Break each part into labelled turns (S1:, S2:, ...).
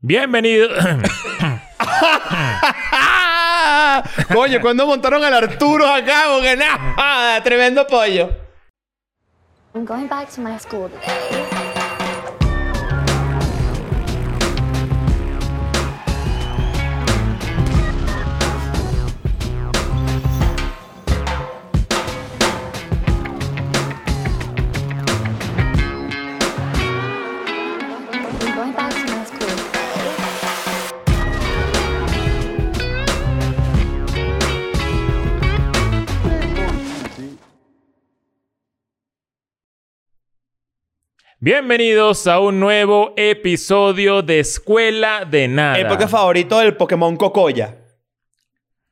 S1: Bienvenido.
S2: ¡Ah! Coño, cuando montaron al Arturo acá, porque nada, tremendo pollo.
S3: I'm going back to my school today. I'm going back to my school today.
S1: Bienvenidos a un nuevo episodio de Escuela de Nada.
S2: El Poké favorito del Pokémon Cocoya.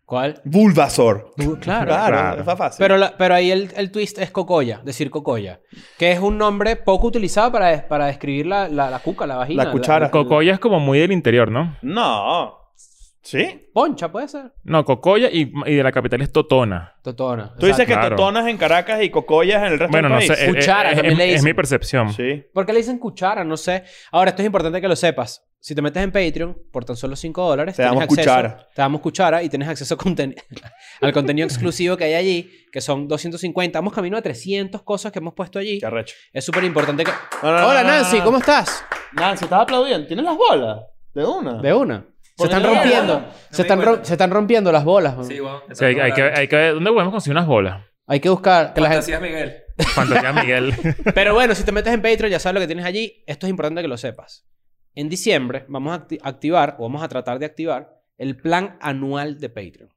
S4: ¿Cuál?
S2: Bulbasaur.
S4: Tú, claro.
S2: Claro,
S5: claro.
S2: está fácil.
S4: Ah, Pero, la- pero ahí el, el twist es cocoya, decir cocoya, que es un nombre poco utilizado para, des- para describir la, la- la cuca, la vagina.
S2: La cuchara.
S1: Cocoya es como muy del interior, ¿no?
S2: No. ¿Sí?
S4: Poncha, puede ser.
S1: No, Cocoya y, y de la capital es Totona.
S4: Totona.
S2: Tú dices
S4: exacto.
S2: que
S1: claro.
S2: Totonas en Caracas y Cocoyas en el resto
S1: Bueno, no
S2: del país.
S1: sé. eh, eh,
S4: Cuchara,
S1: es,
S4: también le
S1: es
S4: dicen.
S1: mi percepción.
S2: Sí.
S4: ¿Por qué le dicen cuchara? No sé. Ahora, esto es importante que lo sepas. Si te metes en Patreon por tan solo 5 dólares,
S2: Te
S4: tienes
S2: damos
S4: acceso-
S2: cuchara.
S4: Te damos cuchara y tienes acceso a conten- al contenido exclusivo que hay allí, que son 250. Vamos camino a 300 cosas que hemos puesto allí.
S2: Qué arrecho.
S4: Es súper importante que.
S2: No, no, no,
S4: Hola,
S2: no, no,
S4: Nancy,
S2: no.
S4: ¿cómo estás?
S5: Nancy, estás aplaudiendo. ¿Tienes las bolas? De una.
S4: De una. Se
S5: Porque
S4: están
S5: no me
S4: rompiendo.
S5: acuerdo.
S4: se, están rom- se están rompiendo las bolas. man.
S6: Sí, weón.
S1: O sea, hay, hay que, hay que ver dónde podemos conseguir unas bolas.
S4: Hay que buscar. que la gente-
S6: Fantasías Miguel.
S1: Fantasía Miguel.
S4: Pero bueno, si te metes en Patreon, ya sabes lo que tienes allí. Esto es importante que lo sepas. En diciembre vamos a acti- activar, o vamos a tratar de activar, el plan anual de Patreon.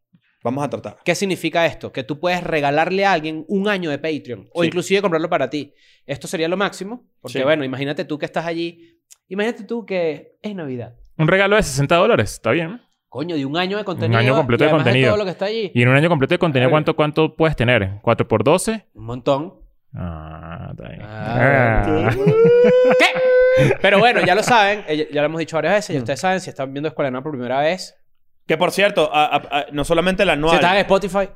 S2: Vamos a tratar.
S4: ¿Qué significa esto? Que tú puedes regalarle a alguien un año de Patreon o
S2: Sí.
S4: inclusive comprarlo para ti. Esto sería lo máximo, porque
S2: Sí.
S4: bueno, imagínate tú que estás allí, imagínate tú que es Navidad.
S1: un regalo de 60 dólares. Está bien.
S4: Coño, de un año de contenido.
S1: año completo
S4: y
S1: de
S4: además
S1: contenido.
S4: todo lo que está allí.
S1: Y en un año completo de contenido,
S4: Claro.
S1: ¿cuánto, cuánto puedes tener? ¿4 por 12?
S4: Un montón.
S1: Ah, está bien.
S4: Ah,
S1: Ah.
S4: ¿Qué? Pero bueno, ya lo saben, eh, ya lo hemos dicho varias veces, y ustedes saben, si están viendo Escuela de Nada por primera vez,
S2: Que por cierto, a- a- a- no solamente el
S4: si
S2: anual.
S4: están en Spotify,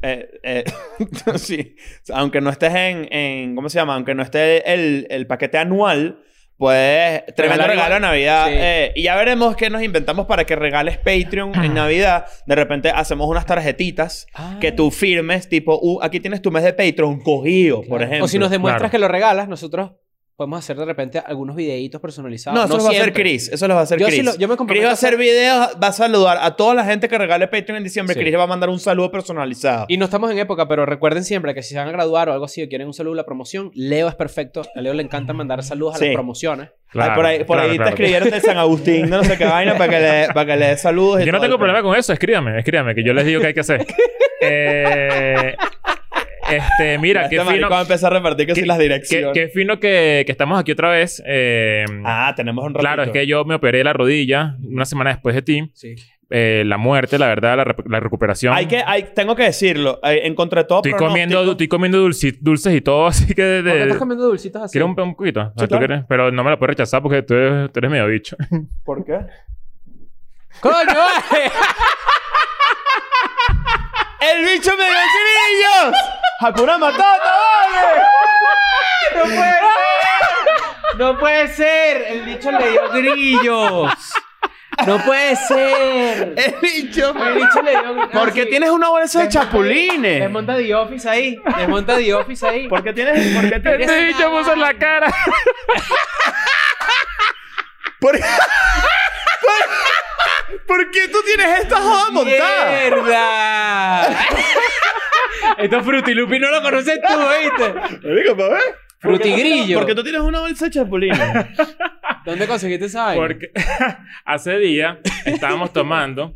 S2: Eh, eh, sí. Aunque no estés en, en- ¿Cómo se llama? Aunque no esté el, el paquete anual, pues. Tremendo
S4: Regalar
S2: regalo de
S4: igual.
S2: Navidad.
S4: Sí.
S2: eh, y ya veremos qué nos inventamos para que regales Patreon en Navidad. De repente hacemos unas tarjetitas
S4: Ah.
S2: que tú firmes, tipo, uh, aquí tienes tu mes de Patreon cogido, por ejemplo.
S4: Ah. o si nos demuestras
S1: claro.
S4: que lo regalas, nosotros podemos hacer de repente algunos videitos personalizados.
S2: No, eso los va a hacer
S4: siempre.
S2: Chris. Eso los va a hacer
S4: Yo sí
S2: Chris.
S4: lo- yo me comprometo
S2: Chris va a
S4: a hacer-
S2: hacer videos, va a saludar a toda la gente que regale Patreon en diciembre.
S4: Sí.
S2: Chris le va a mandar un saludo personalizado.
S4: Y no estamos en época, pero recuerden siempre que si se van a graduar o algo así o quieren un saludo a la promoción, Leo es perfecto. A Leo le encanta mandar saludos a
S2: Sí.
S4: las promociones.
S1: Claro,
S2: Ay, por ahí, por
S1: claro,
S2: ahí
S1: claro.
S2: te escribieron de San Agustín, no sé qué vaina, para que le, para que le des saludos. y
S1: Yo no
S2: todo
S1: tengo
S2: el
S1: problema con eso. Escríbame, escríbame, que yo les digo qué hay que hacer. Eh, este, mira,
S2: Este
S1: qué
S2: marico
S1: fino,
S2: va a empezar a repartir que sí las direcciones.
S1: qué- qué fino que, que estamos aquí otra vez. eh,
S2: Ah, tenemos un ratito.
S1: claro, es que yo me operé la rodilla una semana después de ti.
S4: Sí.
S1: Eh, la muerte, la verdad, la, rep- la recuperación.
S2: Hay que, hay, tengo que decirlo, eh, en contra de todo
S1: Estoy
S2: pronóstico-
S1: comiendo, estoy comiendo dulci- dulces y todo, así que... de-
S4: ¿Por qué estás
S1: de-
S4: comiendo dulcitos así?
S1: ¿Quieres un, un poquito? O sea,
S2: Sí,
S1: tú
S2: claro.
S1: quieres, pero no me lo puedes rechazar porque tú eres, tú eres medio bicho.
S2: ¿Por qué?
S4: ¡Coño! vale!
S2: ¡El bicho me dio cirillos! ¡Hakuna Matata, vale!
S4: ¡No puede ser! ¡No puede ser! El bicho le dio grillos. ¡No puede ser!
S2: ¡El bicho!
S4: El bicho le dio grillos.
S2: ¿Por qué tienes una bolsa de chapulines?
S4: Desmonta The Office ahí. Desmonta The Office ahí.
S2: ¿Por qué tienes...? ¿Por qué tienes...?
S1: Este bicho puso en la cara.
S2: ¿Por, por- ¿por qué tú tienes esta joda montada?
S4: ¡Mierda! Esto Frutilupi no lo conoces tú, ¿viste?
S2: Marico, pa' ver.
S4: Frutigrillo.
S2: Porque tú tienes una bolsa de chapulines.
S4: ¿Dónde conseguiste esa vaina?
S1: Porque hace día estábamos tomando.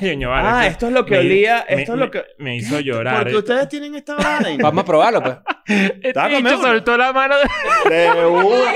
S1: Ñoño, vale,
S2: Ah,
S1: que
S2: esto es lo que
S1: me-
S2: olía,
S1: me-
S2: esto es
S1: me-
S2: lo que-
S1: Me hizo llorar.
S2: Porque ustedes tienen esta vaina.
S4: Vamos a probarlo, pues.
S1: Este
S2: Estaba
S1: bicho
S2: comiendo.
S1: soltó la mano. de-
S2: De una.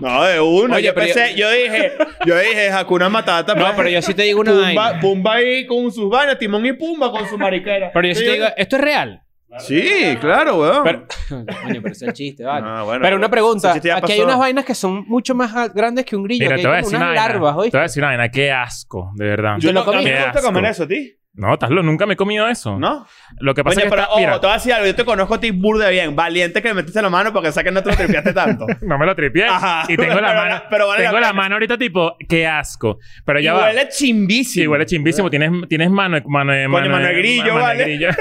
S2: No, de una.
S4: Oye,
S2: yo
S4: pero
S2: pensé, yo... dije, yo dije Hakuna Matata.
S4: No,
S2: pues,
S4: pero yo sí te digo una
S2: Pumba,
S4: vaina.
S2: Pumba ahí con sus vainas, Timón y Pumba con su mariquera.
S4: Pero yo sí te digo, esto es real.
S2: Sí, claro, weón.
S4: Pero, coño, pero ese es el chiste, vale.
S2: Ah, bueno,
S4: pero una pregunta,
S2: ese chiste ya
S4: aquí hay
S2: pasó.
S4: unas vainas que son mucho más al- grandes que un grillo,
S1: Mira,
S4: que
S1: te voy a
S4: hay como
S1: decir una
S4: unas
S1: vaina.
S4: larvas,
S1: Te voy
S4: ¿oíste?
S1: a decir una vaina. Qué asco, de verdad.
S2: yo
S4: te lo
S2: no, a mí
S1: comí.
S2: me gusta
S1: Asco.
S2: comer eso, ¿a ti?
S1: No, estás lo- nunca me he comido eso.
S2: ¿No?
S1: Lo que pasa es
S2: Coño,
S1: que
S2: pero
S1: está-
S2: ojo,
S1: mira,
S2: te voy a decir algo. Yo te conozco a ti burde bien. Valiente que le metiste la mano porque sé que no te lo tripiaste tanto.
S1: no me lo tripié.
S2: Ajá.
S1: Y tengo la
S2: Pero
S1: mano.
S2: la- pero vale la
S1: tengo la,
S2: pena.
S1: mano ahorita tipo, qué asco. Pero
S2: y
S1: ya va.
S2: huele chimbísimo.
S1: Sí, huele chimbísimo. Tienes, tienes mano, mano, mano,
S2: mano de grillo,
S1: mano de
S2: ¿vale?
S1: grillo.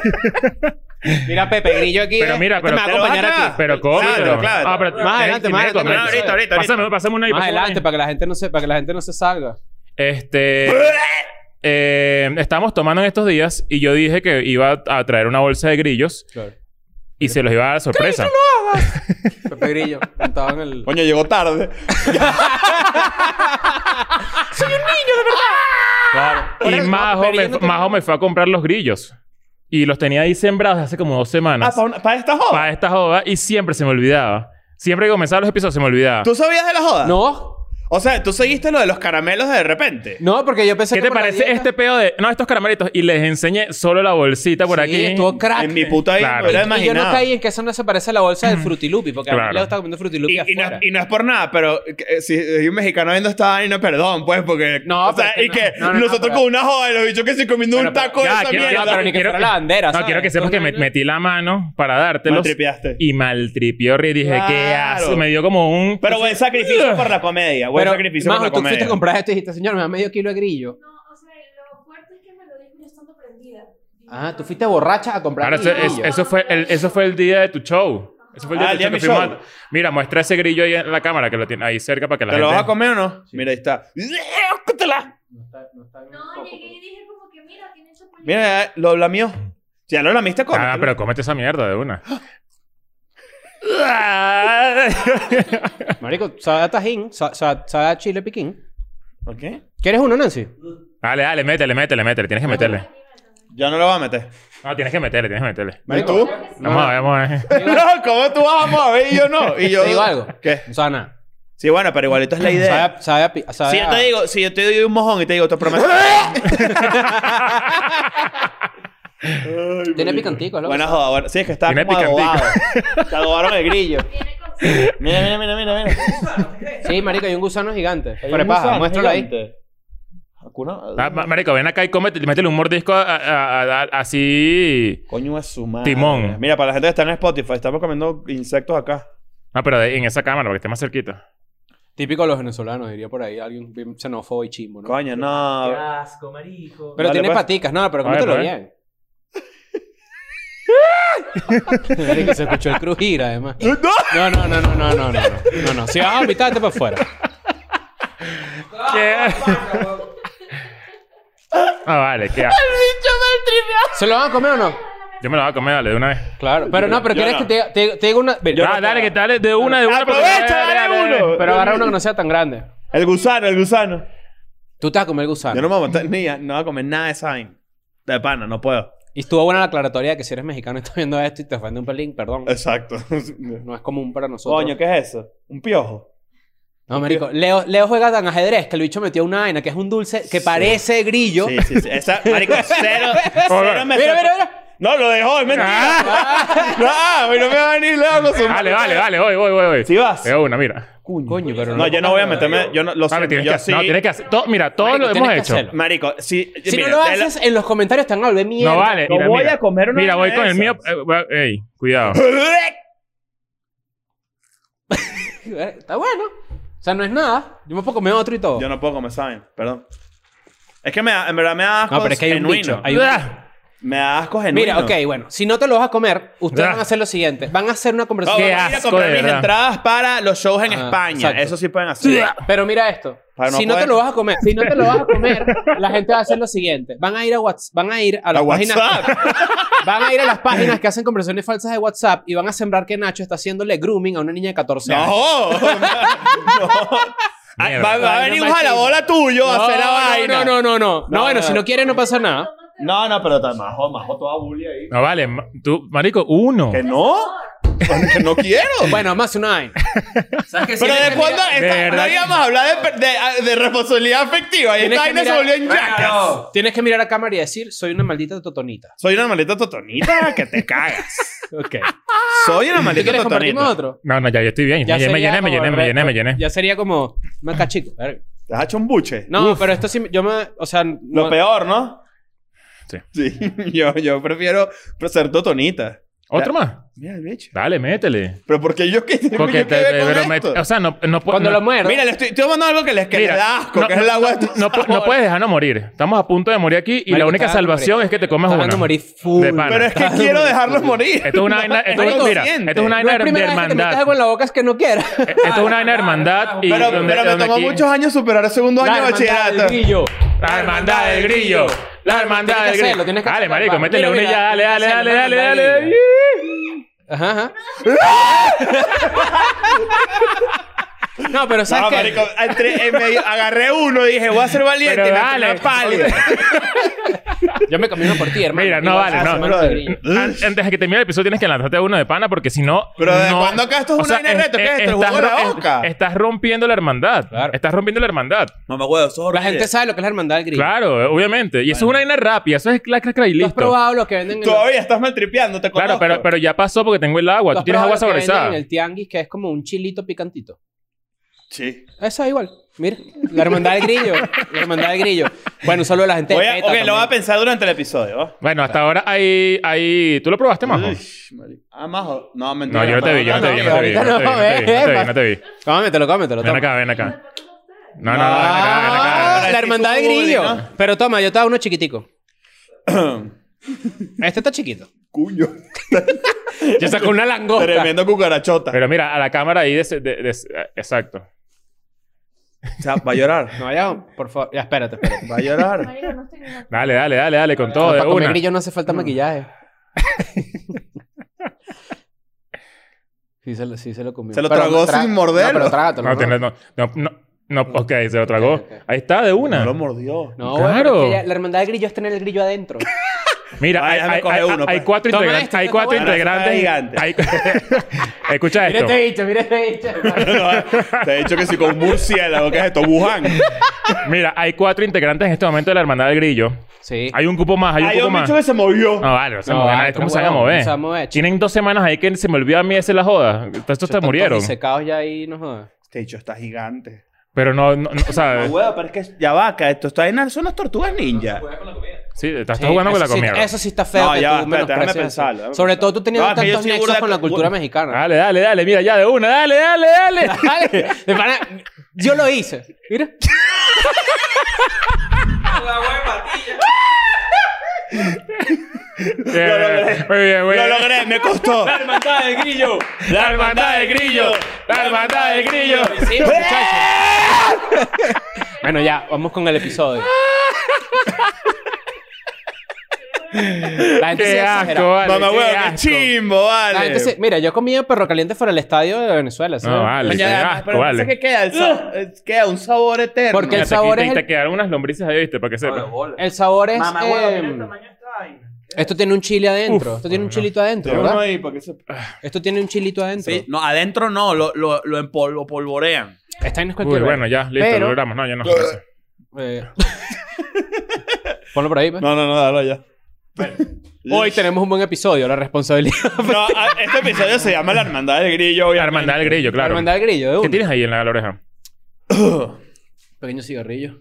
S4: Mira, Pepe Grillo aquí.
S1: Pero
S4: eh.
S1: mira,
S4: Este
S1: pero-
S4: me va a
S2: Pero
S4: acompañar
S2: acá.
S4: aquí.
S1: Pero cómo.
S2: Claro,
S1: pero-
S2: claro.
S1: Ah, pero-
S4: Más adelante,
S1: sí, me
S4: más adelante,
S1: comes.
S4: más adelante.
S2: Ahorita, ahorita, ahorita.
S1: Pásame, pásame una ahí,
S4: Más
S1: pásame una ahí.
S4: adelante, para que la gente no se, para que la gente no se salga.
S1: Este. eh, estábamos tomando en estos días y yo dije que iba a traer una bolsa de grillos
S4: Claro.
S1: y se los iba a dar sorpresa.
S4: Pepe Grillo, montado en el.
S2: Coño, llegó tarde.
S1: Y Majo me, Majo me fue a comprar los grillos. Y los tenía ahí sembrados hace como dos
S2: Ah,
S1: semanas.
S2: ¿para, una- para esta joda?
S1: para esta joda y siempre se me olvidaba. Siempre que comenzaba los episodios se me olvidaba.
S2: ¿Tú sabías de la joda?
S4: No,
S2: O sea, tú seguiste lo de los caramelos de repente.
S4: no, porque yo pensé
S1: ¿Qué te
S4: que por la
S1: parece
S4: dieta-
S1: este peo de... No, estos caramelitos. Y les enseñé solo la bolsita por
S4: Sí,
S1: aquí.
S4: estuvo crack.
S2: En mi puta vida
S1: Claro.
S2: me hubiera
S4: Y yo no
S2: imaginado.
S4: caí en que eso no se parece a la bolsa del Frutilupi, porque a mí
S1: Claro.
S4: Leo está comiendo Frutilupi
S2: Y, y no,
S4: afuera.
S2: y no es por nada, pero eh, si hay un mexicano viendo esta vaina, perdón, pues, porque.
S4: No,
S2: o sea,
S4: pero
S2: y
S4: es que
S2: que
S4: no- no, no, no,
S2: nosotros
S4: pero-
S2: con una joda y los bichos que se comiendo
S1: Pero,
S2: un
S1: pero-
S2: taco de
S1: ya,
S2: esa
S1: quiero-
S2: mierda.
S1: ya,
S4: pero ni que
S1: quiero-
S4: fuera la bandera,
S1: No,
S4: ¿sabes?
S1: quiero que sepas que me,
S4: Entonces,
S1: metí la mano para dártelos.
S2: Maltripeaste.
S1: Y maltripió y dije,
S2: Claro.
S1: ¿qué haces? Me dio como un...
S2: Pero buen sacrificio por la comedia. Buen sacrificio por la
S4: tú fuiste
S2: comedia.
S4: a comprar esto y dijiste, señor, me da medio kilo de grillo.
S6: No, o sea, lo fuerte es que me lo dijo yo estando prendida.
S4: Ah, tú fuiste borracha a comprar
S1: Ahora, eso,
S4: grillo.
S1: es- eso fue el, eso fue el día de tu show. Eso fue el día
S2: Ah,
S1: de tu
S2: el día
S1: show.
S2: de mi
S1: que fuimos a- Mira, muestra ese grillo ahí en la cámara que lo tiene ahí cerca para que la
S2: ¿Te
S1: gente...
S2: lo vas a comer o no? Mira, ahí está.
S6: No, llegué y
S4: pues?
S6: dije como que mira, tiene chocolate.
S2: Mira, eh, lo lamió. Si ya lo lamiste, come.
S1: Ah, pero cómete esa mierda de una.
S4: Marico, sabe a tajín, sa- sa- sabe a chile piquín.
S2: ¿Ok?
S4: ¿Quieres uno, Nancy?
S1: Dale, dale, métele, métele, métele. Tienes que meterle.
S2: Ya no lo vas a meter.
S1: No, tienes que meterle, tienes que meterle.
S2: ¿Y tú?
S1: Vamos a ver, vamos a ver.
S2: No, ¿cómo tú vas a ver y yo no? Y yo...
S4: Te digo algo.
S2: ¿Qué?
S4: No sabe a nada.
S2: Sí, bueno, pero igualito es la idea.
S4: Sabe a- sabe a pi- sabe
S2: Si yo
S4: a-
S2: te digo, si yo te doy un mojón y te digo, te prometo.
S4: Tiene picantico, loco.
S2: Buena joda, bueno. Sí, es que está
S1: Tiene
S2: como
S1: picantico.
S2: adobado. Te adobaron el grillo.
S6: Viene con sal.
S2: Mira, mira, mira, mira. mira.
S4: Sí, marico, hay un gusano gigante.
S2: Hay
S4: Fuera
S2: un
S4: de paja,
S2: gusano
S4: muéstralo ahí.
S2: gigante. Hakuna-
S4: Pues
S1: Ah, ma- marico, ven acá y cómete, métele un mordisco a- a- a- a- así.
S2: Coño es su madre.
S1: Timón.
S2: Mira, para la gente que está en Spotify, estamos comiendo insectos acá.
S1: No, pero de- en esa cámara, para que esté más cerquita.
S4: Típico de los venezolanos, diría por ahí. Alguien bien xenófobo y chimbo, ¿no?
S2: Coño, no.
S7: asco, marico.
S4: Pero
S2: Dale,
S4: tiene
S2: pues.
S4: paticas, no, pero
S1: A ver,
S4: cómetelo
S1: pues.
S4: bien. Marico, se escuchó el crujir, además. No, no, no, no, no, no, no. No, no. Si vas a vomitar, te para afuera.
S1: ¿Qué? Ah, vale, qué asco.
S4: ¿Se lo van a comer o no?
S1: Yo me lo voy a comer, dale, de una vez.
S4: Claro. Pero no, pero
S2: Yo
S4: quieres
S2: no.
S4: que te, te- te diga una. Mira,
S1: Ah, dale, que dale, de una, de una. porque-
S2: Aprovecha, dale uno.
S4: Pero agarra uno que no sea tan grande.
S2: El gusano, el gusano.
S4: Tú te vas a comer
S2: Yo
S4: gusano.
S2: no me voy a montar ni no voy a comer nada de esa vaina. De pana, no puedo.
S4: Y estuvo buena la aclaratoria de que si eres mexicano y estás viendo esto y te ofende un pelín, perdón.
S2: Exacto.
S4: No es común para nosotros.
S2: Coño, ¿qué es eso? ¿Un piojo?
S4: No, marico. Leo, Leo juega tan ajedrez que el bicho metió una vaina que es un dulce
S2: Sí.
S4: que parece grillo.
S2: Sí, sí, sí. Esa, marico, cero, cero me
S4: Mira,
S2: sorpre-
S4: mira, Ah. mira.
S2: No, lo dejó, es mentira. No, güey, no me va a venir lejos con su...
S1: Dale, vale, vale, voy, voy, voy. voy.
S2: Si vas.
S1: De una, mira.
S4: Coño, pues, pero
S2: No, yo no voy a meterme... Yo no, lo
S1: Vale,
S2: siento,
S1: tienes
S2: yo
S1: que hacer.
S2: sí-
S1: No, tienes que hacer. todo- mira, todo
S4: Marico,
S1: lo
S4: tienes
S1: hemos
S4: que
S1: hecho.
S4: hacerlo.
S2: Marico, sí...
S4: Si
S2: mira,
S4: no lo
S2: de la-
S4: haces, en los comentarios están hablando de mierda.
S1: No vale.
S2: No
S1: Mira,
S2: voy
S1: mira.
S2: a comer una
S1: Mira, voy
S2: de
S1: con el
S2: esas.
S1: mío. eh, voy- Ey, cuidado.
S4: Eh, Está bueno. O sea, no es nada. Yo me puedo comer otro y todo.
S2: Yo no puedo comer, ¿saben? Perdón. Es que me da, en verdad me da asco
S4: No, pero es que hay un
S2: genuino.
S4: bicho, hay un-
S1: Ah,
S2: Me da asco genuino.
S4: Mira, ok, bueno. Si no te lo vas a comer, ustedes
S1: Ah.
S4: van a hacer lo siguiente. Van a hacer una
S2: No,
S4: conversación.
S1: Qué
S2: voy a ir a
S1: asco,
S2: comprar
S1: de
S2: mis
S1: verdad.
S2: entradas para los shows en
S4: Ah,
S2: España.
S4: exacto.
S2: Eso sí pueden hacer.
S4: Pero mira esto.
S2: Para no
S4: si no
S2: poder-
S4: te lo vas a comer, si no te lo vas a comer, la gente va a hacer lo siguiente. Van a ir a WhatsApp, van a ir a las
S2: A
S4: páginas,
S2: WhatsApp.
S4: van a ir a las páginas que hacen conversaciones falsas de WhatsApp y van a sembrar que Nacho está haciéndole grooming a una niña de 14 años.
S2: No. No. Ay,
S1: Mierda.
S2: Va, va a
S4: Ay,
S2: venir
S4: no
S2: un jalabola tuyo a hacer la vaina.
S4: No, no, no, no. No,
S2: No,
S4: bueno,
S2: no.
S4: si no quiere no pasa nada.
S2: No, no, pero está majo, majo toda bully ahí.
S1: No vale. ma- Tú, marico, uno.
S2: Que no. Que no quiero.
S4: Bueno, más una vaina.
S7: ¿Sabes qué?
S2: Pero
S7: Siempre
S2: de
S7: que
S2: cuándo
S7: mira-
S1: De
S2: esta- no
S1: verdad.
S2: íbamos a hablar de, de- de responsabilidad afectiva. Y
S4: Tienes
S2: esta
S4: que
S2: vaina se
S4: mirar-
S2: volvió en Jackass.
S7: Claro.
S4: Tienes que mirar a cámara y decir, soy una maldita totonita.
S2: Soy una maldita totonita que te cagas.
S4: Ok.
S2: Soy una
S4: ¿Tú
S2: maldita
S4: quieres compartirme
S2: totonita.
S4: otro?
S1: No, no, ya yo estoy bien.
S4: Ya
S1: Me llené, me
S4: sería
S1: llené, me
S4: como
S1: llené, me
S4: re-
S1: llené, me llené.
S4: Ya sería como más cachico. verga.
S2: ¿Te has hecho un buche?
S4: No, pero esto sí, yo me, o sea, no-
S2: Lo peor, ¿no?
S1: Sí.
S2: Sí, yo, yo prefiero ser totonita.
S1: ¿Otro más?
S2: Mira el bicho.
S1: Dale, métele.
S2: Pero porque yo qué tengo
S1: Porque
S2: yo
S1: te,
S2: qué ver
S1: te-
S2: con
S1: pero me-
S2: esto?
S1: o sea, no, no puedo.
S4: Cuando
S1: no,
S4: lo muerdo.
S2: Mira, le estoy, estoy tomando algo que les que
S1: Mira,
S2: les da asco,
S1: no,
S2: que es el agua. de
S1: no, pu- no puedes dejar no morir. Estamos a punto de morir aquí y la
S4: Marico,
S1: única
S4: estaba
S1: salvación
S4: hambre.
S1: es que te comas una.
S4: Estaba dando morir full.
S1: De pana.
S2: Pero es que quiero dejarlos morir.
S1: Esto es una vaina, esto es,
S2: no lo
S1: mira,
S2: siente.
S1: esto es una
S4: No
S1: vaina
S4: es
S1: de
S4: primera vez que te metes
S1: hermandad.
S4: algo en la boca es que no quieras.
S1: Eh, Esto es una vaina de hermandad y
S2: Pero,
S1: donde-
S2: pero me
S1: donde
S2: tomó
S1: aquí-
S2: muchos años superar el segundo año de bachillerato.
S1: La hermandad del grillo. La hermandad del
S4: Tienes que hacerlo,
S1: grillo.
S4: tienes que
S1: Dale,
S4: hacerlo,
S1: marico,
S4: papá.
S1: métele
S4: Mira,
S1: una y ya.
S4: mira,
S1: Dale,
S4: tienes
S1: dale,
S4: que
S1: dale, dale,
S4: hacerlo, hermandad
S1: dale.
S4: del
S1: dale.
S4: grillo. Ajá, ajá. No, pero ¿sabes
S2: No,
S4: qué?
S2: marico, entré- en medio- agarré uno y dije, voy a ser valiente.
S1: Pero
S2: y me
S1: dale.
S2: tomé una pálida.
S4: Yo me camino por ti, hermano.
S1: Mira, no
S4: Igual,
S1: vale,
S4: ah,
S1: no.
S4: semana de grillo.
S1: An- Antes de que termine el episodio tienes que lanzarte uno de pana porque si no...
S2: Pero ¿desde
S1: no-
S2: cuándo acá esto es
S1: o
S2: una
S1: sea,
S2: vaina de reto? ¿Qué es esto? ¿El
S1: estás
S2: juego de la
S1: ro- es-
S2: boca?
S1: Estás rompiendo la hermandad.
S4: Claro.
S1: Estás rompiendo la hermandad.
S2: Mamá huevo, eso es
S4: La
S2: horrible.
S4: gente sabe lo que es la hermandad del grillo.
S1: Claro, eh, obviamente. Y eso es una vaina rápida. Eso es clac, clac, clac y
S4: ¿Tú has
S1: listo.
S4: probado lo que venden en el-
S2: Todavía estás maltripeando, te
S1: Claro,
S2: conozco.
S1: pero, pero ya pasó porque tengo el agua.
S4: ¿Tú
S1: Tú
S4: has
S1: tienes
S4: probado
S1: agua
S4: lo que venden
S1: saborizada.
S4: En el tianguis, que es como un chilito picantito.
S2: Sí.
S4: Eso es igual. Mira, la hermandad del grillo. la hermandad del grillo. Bueno, solo la gente.
S2: Voy
S4: de
S2: a,
S4: PETA
S2: ok, lo voy a
S4: también.
S2: pensar durante el episodio. ¿oh?
S1: Bueno, hasta ahora hay... hay... ¿Tú lo probaste, Majo?
S2: Uy, marico. Ah, majo. No, mentira.
S1: No, yo no te vi, yo no te vi, yo no te vi, yo no te vi, yo no te vi, yo no te vi, no te vi.
S4: Cómetelo, cómetelo.
S1: Ven
S4: toma.
S1: acá, ven acá. No, no, no, ven acá, ven acá.
S4: Ah,
S2: acá.
S4: La hermandad del grillo.
S2: Bullying, ¿no?
S4: Pero toma, yo te hago uno chiquitico. Este está chiquito.
S2: Cuño.
S4: Yo saco una langosta.
S2: Tremendo cucarachota.
S1: Pero mira, a la cámara ahí de, ese- de- de- Exacto.
S2: O sea, va a llorar.
S4: No vaya, por favor. Ya, espérate, espérate.
S2: Va a llorar.
S6: Marico, no estoy viendo.
S1: Dale, dale, dale, dale, con todo, de
S4: Ah, Para comer
S1: una. Mm.
S4: grillo no hace falta maquillaje. sí, se lo, sí se lo comió.
S2: Se lo
S4: Pero
S2: tragó
S4: tra-
S2: sin morderlo.
S4: No, pero trágatelo.
S1: No, tienes- no, no, no, no, ok, se lo tragó.
S4: Ok, ok.
S1: Ahí está, de
S2: No
S1: una.
S2: lo mordió.
S4: No, güey, pero
S1: Claro.
S4: es que ya- la hermandad del grillo es tener el grillo adentro.
S1: Mira,
S2: Vaya,
S1: hay,
S2: déjame
S1: hay-
S2: coger
S1: hay-
S2: uno,
S1: hay
S2: pues.
S1: cuatro
S4: Toma
S1: integrantes.
S4: este,
S1: hay
S4: está
S1: cuatro
S2: bueno.
S1: integrantes.
S2: Está
S1: hay- Escucha
S4: Mira
S1: esto.
S4: este bicho, mira este bicho. hermano.
S2: Te he dicho que si con murciélago, ¿qué es esto? Wuhan.
S4: este.
S1: Mira, hay cuatro integrantes en este momento de la Hermandad del Grillo.
S4: Sí.
S1: Hay un cupo más, hay un
S2: Hay
S1: cupo
S2: un
S1: más. Ah.
S2: bicho que se movió.
S1: No, vale, no se
S4: No,
S1: mueven,
S4: vale,
S1: ¿Cómo
S4: pero
S1: se van a
S4: huevón,
S1: mover?
S4: no se van a mover, chico.
S1: Tienen dos semanas ahí que se me olvidó a mí esa es la joda. Estos te
S4: Están
S1: murieron.
S4: todos secados ya ahí, no jodas.
S2: Este bicho está gigante.
S1: Pero no, no, no, o sea,
S2: No, huevo, pero es que ya vaca. Esto está en son unas tortugas ninja.
S1: sí, estás
S4: Sí,
S1: jugando con
S4: eso
S1: la comida.
S4: Sí, eso sí está feo
S2: No,
S4: que
S2: ya
S4: tú
S2: va, espérate, déjame
S4: menosprecies eso.
S2: pensarlo, déjame
S4: Sobre
S2: pensarlo.
S4: todo tú teniendo
S2: No, es que yo
S4: tantos
S2: soy
S4: nexos
S2: burda-
S4: con la cultura
S2: bu-
S4: mexicana.
S1: Dale, dale, dale, mira, ya de una, dale, dale, dale, dale.
S4: Dale, de pana, yo lo hice. Mira.
S1: Bien, bien, Eh, muy bien, muy
S2: Lo
S1: bien.
S2: logré, me costó.
S4: hermandad del grillo.
S1: pues. La hermandad del grillo, la hermandad del grillo.
S4: Sí, muchachos. bueno, ya, vamos con el episodio. La gente sí
S1: Qué
S4: exagera.
S1: asco, vale.
S2: Mamá,
S1: qué
S2: huevo, qué
S1: asco.
S2: chimbo,
S4: La gente
S2: vale.
S4: sí- Mira, yo comía perro caliente fuera del estadio de Venezuela. ¿sabes?
S1: No, vale, qué
S2: Coño, además,
S1: asco,
S2: pero
S1: vale.
S2: pasa que queda, el sa- eh, queda un sabor eterno.
S4: Porque el
S1: Mira, te
S4: sabor
S1: quita-
S4: es
S1: y te
S4: el-
S1: quedaron unas lombrices ahí, viste, para que sepas.
S4: El sabor es.
S7: Mamá, huevo, mira el
S4: em,
S7: tamaño de esta vaina.
S4: esto tiene un chile adentro. esto tiene un chilito adentro,
S2: Te uno
S4: ¿verdad?
S2: ahí para que se-
S4: Esto tiene un chilito adentro.
S2: Sí, no, adentro no, lo, lo, lo, empol- lo polvorean.
S4: Está en
S1: Uy,
S4: cualquier
S1: bueno, ya, listo,
S4: Pero-
S1: lo logramos. No, yo no. gracias.
S4: Eh, Ponlo por ahí, pues.
S2: No, no, no, dalo ya.
S4: Hoy tenemos un buen episodio, la responsabilidad.
S2: No, a- este episodio se llama La Hermandad del Grillo,
S1: La
S2: obviamente.
S1: hermandad del grillo,
S4: Para
S1: claro.
S4: mandar el grillo, de
S1: ¿Qué
S4: una.
S1: tienes ahí en la, la oreja?
S4: Pequeño cigarrillo.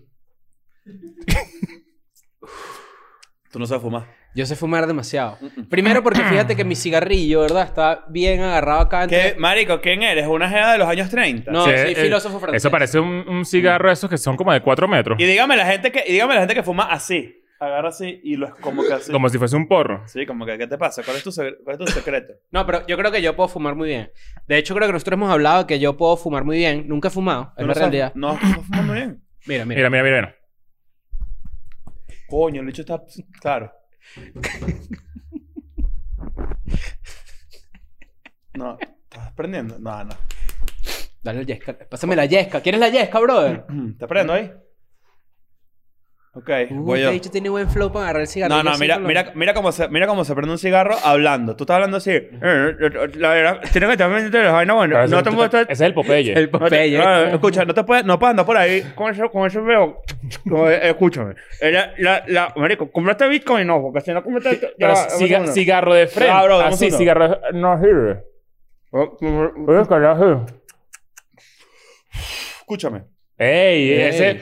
S2: Tú no sabes fumar.
S4: Yo sé fumar demasiado.
S7: Mm,
S4: Primero porque fíjate que mi cigarrillo, ¿verdad? Está bien agarrado acá.
S2: ¿Qué,
S4: entre-
S2: marico, ¿quién eres? ¿Una jeva de los años 30?
S4: No,
S1: Sí,
S4: soy
S1: eh,
S4: filósofo francés.
S1: Eso parece un, un cigarro de esos que son como de 4 metros.
S2: Y dígame la gente que, y dígame la gente que fuma así. Agarra así y lo es como que así.
S1: Como si fuese un porro.
S2: Sí, como que, ¿qué te pasa? ¿Cuál es tu, seg- cuál es tu secreto?
S4: No, pero yo creo que yo puedo fumar muy bien. De hecho, creo que nosotros hemos hablado que yo puedo fumar muy bien. Nunca he fumado,
S2: ¿Tú no
S4: es la
S2: sabes-
S4: realidad.
S2: No, no fumas muy bien.
S4: Mira,
S1: Mira,
S4: mira.
S1: mira, mira. mira.
S2: Coño, el bicho está... pues, Claro. No, ¿estás prendiendo? No, no.
S4: Dale la yesca. Pásame la yesca. ¿Quieres la yesca, brother?
S2: ¿Te prendo ahí? Ok, voy
S4: Uy,
S2: yo.
S4: este bicho tiene buen flow para agarrar el cigarrillo.
S2: No, no,
S4: así
S2: mira,
S4: con los-
S2: mira, mira, cómo se, mira cómo se prende un cigarro hablando. Tú estás hablando así. eh, eh, La verdad, tienes que estar pendiente de las
S1: Pero
S2: vainas buenas.
S1: ese-
S2: No te
S1: tú-
S2: puedes estar-
S1: Ese es el Popeye.
S4: El
S2: no te-
S4: Popeye.
S2: no, escucha, no te puedes, no puedes andar por ahí con eso, con eso veo. No, eh, escúchame. Eh, La, la, la, marico, compraste Bitcoin, no, porque si no compraste.
S1: Pero ciga- cigarro de frente.
S2: Ya, bro, dame
S1: Así,
S2: uno.
S1: cigarro de frente. No sirve.
S2: Oh, Escúchame.
S1: Ey, ese.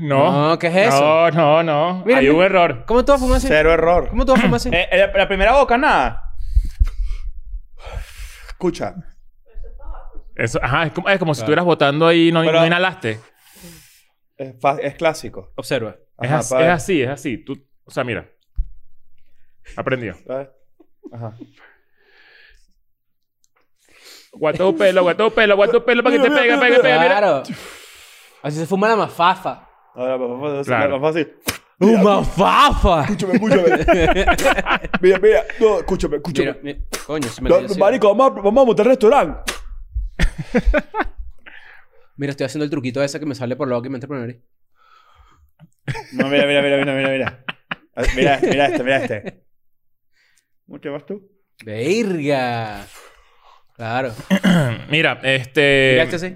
S1: No.
S4: No, ¿qué es eso?
S1: No, no, no.
S4: Mira,
S1: Hay
S4: mira.
S1: un error.
S4: ¿Cómo tú vas a fumar así?
S2: Cero error.
S4: ¿Cómo tú vas a fumar así?
S2: Eh, eh, la, la primera boca, nada. Escucha.
S1: Eso, ajá, es como, es como si estuvieras botando ahí y no,
S2: Pero-
S1: no inhalaste.
S2: Es, fa- es clásico.
S4: Observa.
S1: Es,
S2: Ajá,
S1: as-
S2: pa' ver,
S1: es así, es así. Tú, o sea, mira. Aprendió.
S2: pa' ver. Ajá.
S1: Guató pelo, guató pelo, guató pelo para que te pegue, pegue, pegue. Mira.
S8: Claro. Así se fuma la mafafa.
S2: Ahora, papá,
S1: Claro.
S2: claro. fácil.
S4: ¡Una mafafa!
S5: Escúchame, escúchame. mira, mira. No, escúchame,
S4: Mira,
S5: escúchame.
S4: mira, coño, se me
S5: No,
S4: cayó así.
S5: marico, vamos a, vamos a montar restaurante.
S4: Mira, estoy haciendo el truquito ese que me sale por la boca y me entra por la nariz.
S2: No, mira, mira, mira, mira, mira, mira. Ah, Mira, mira este, mira este. ¿Cómo te vas tú?
S4: ¡Verga! Claro.
S1: Mira, este.
S4: Mira este así.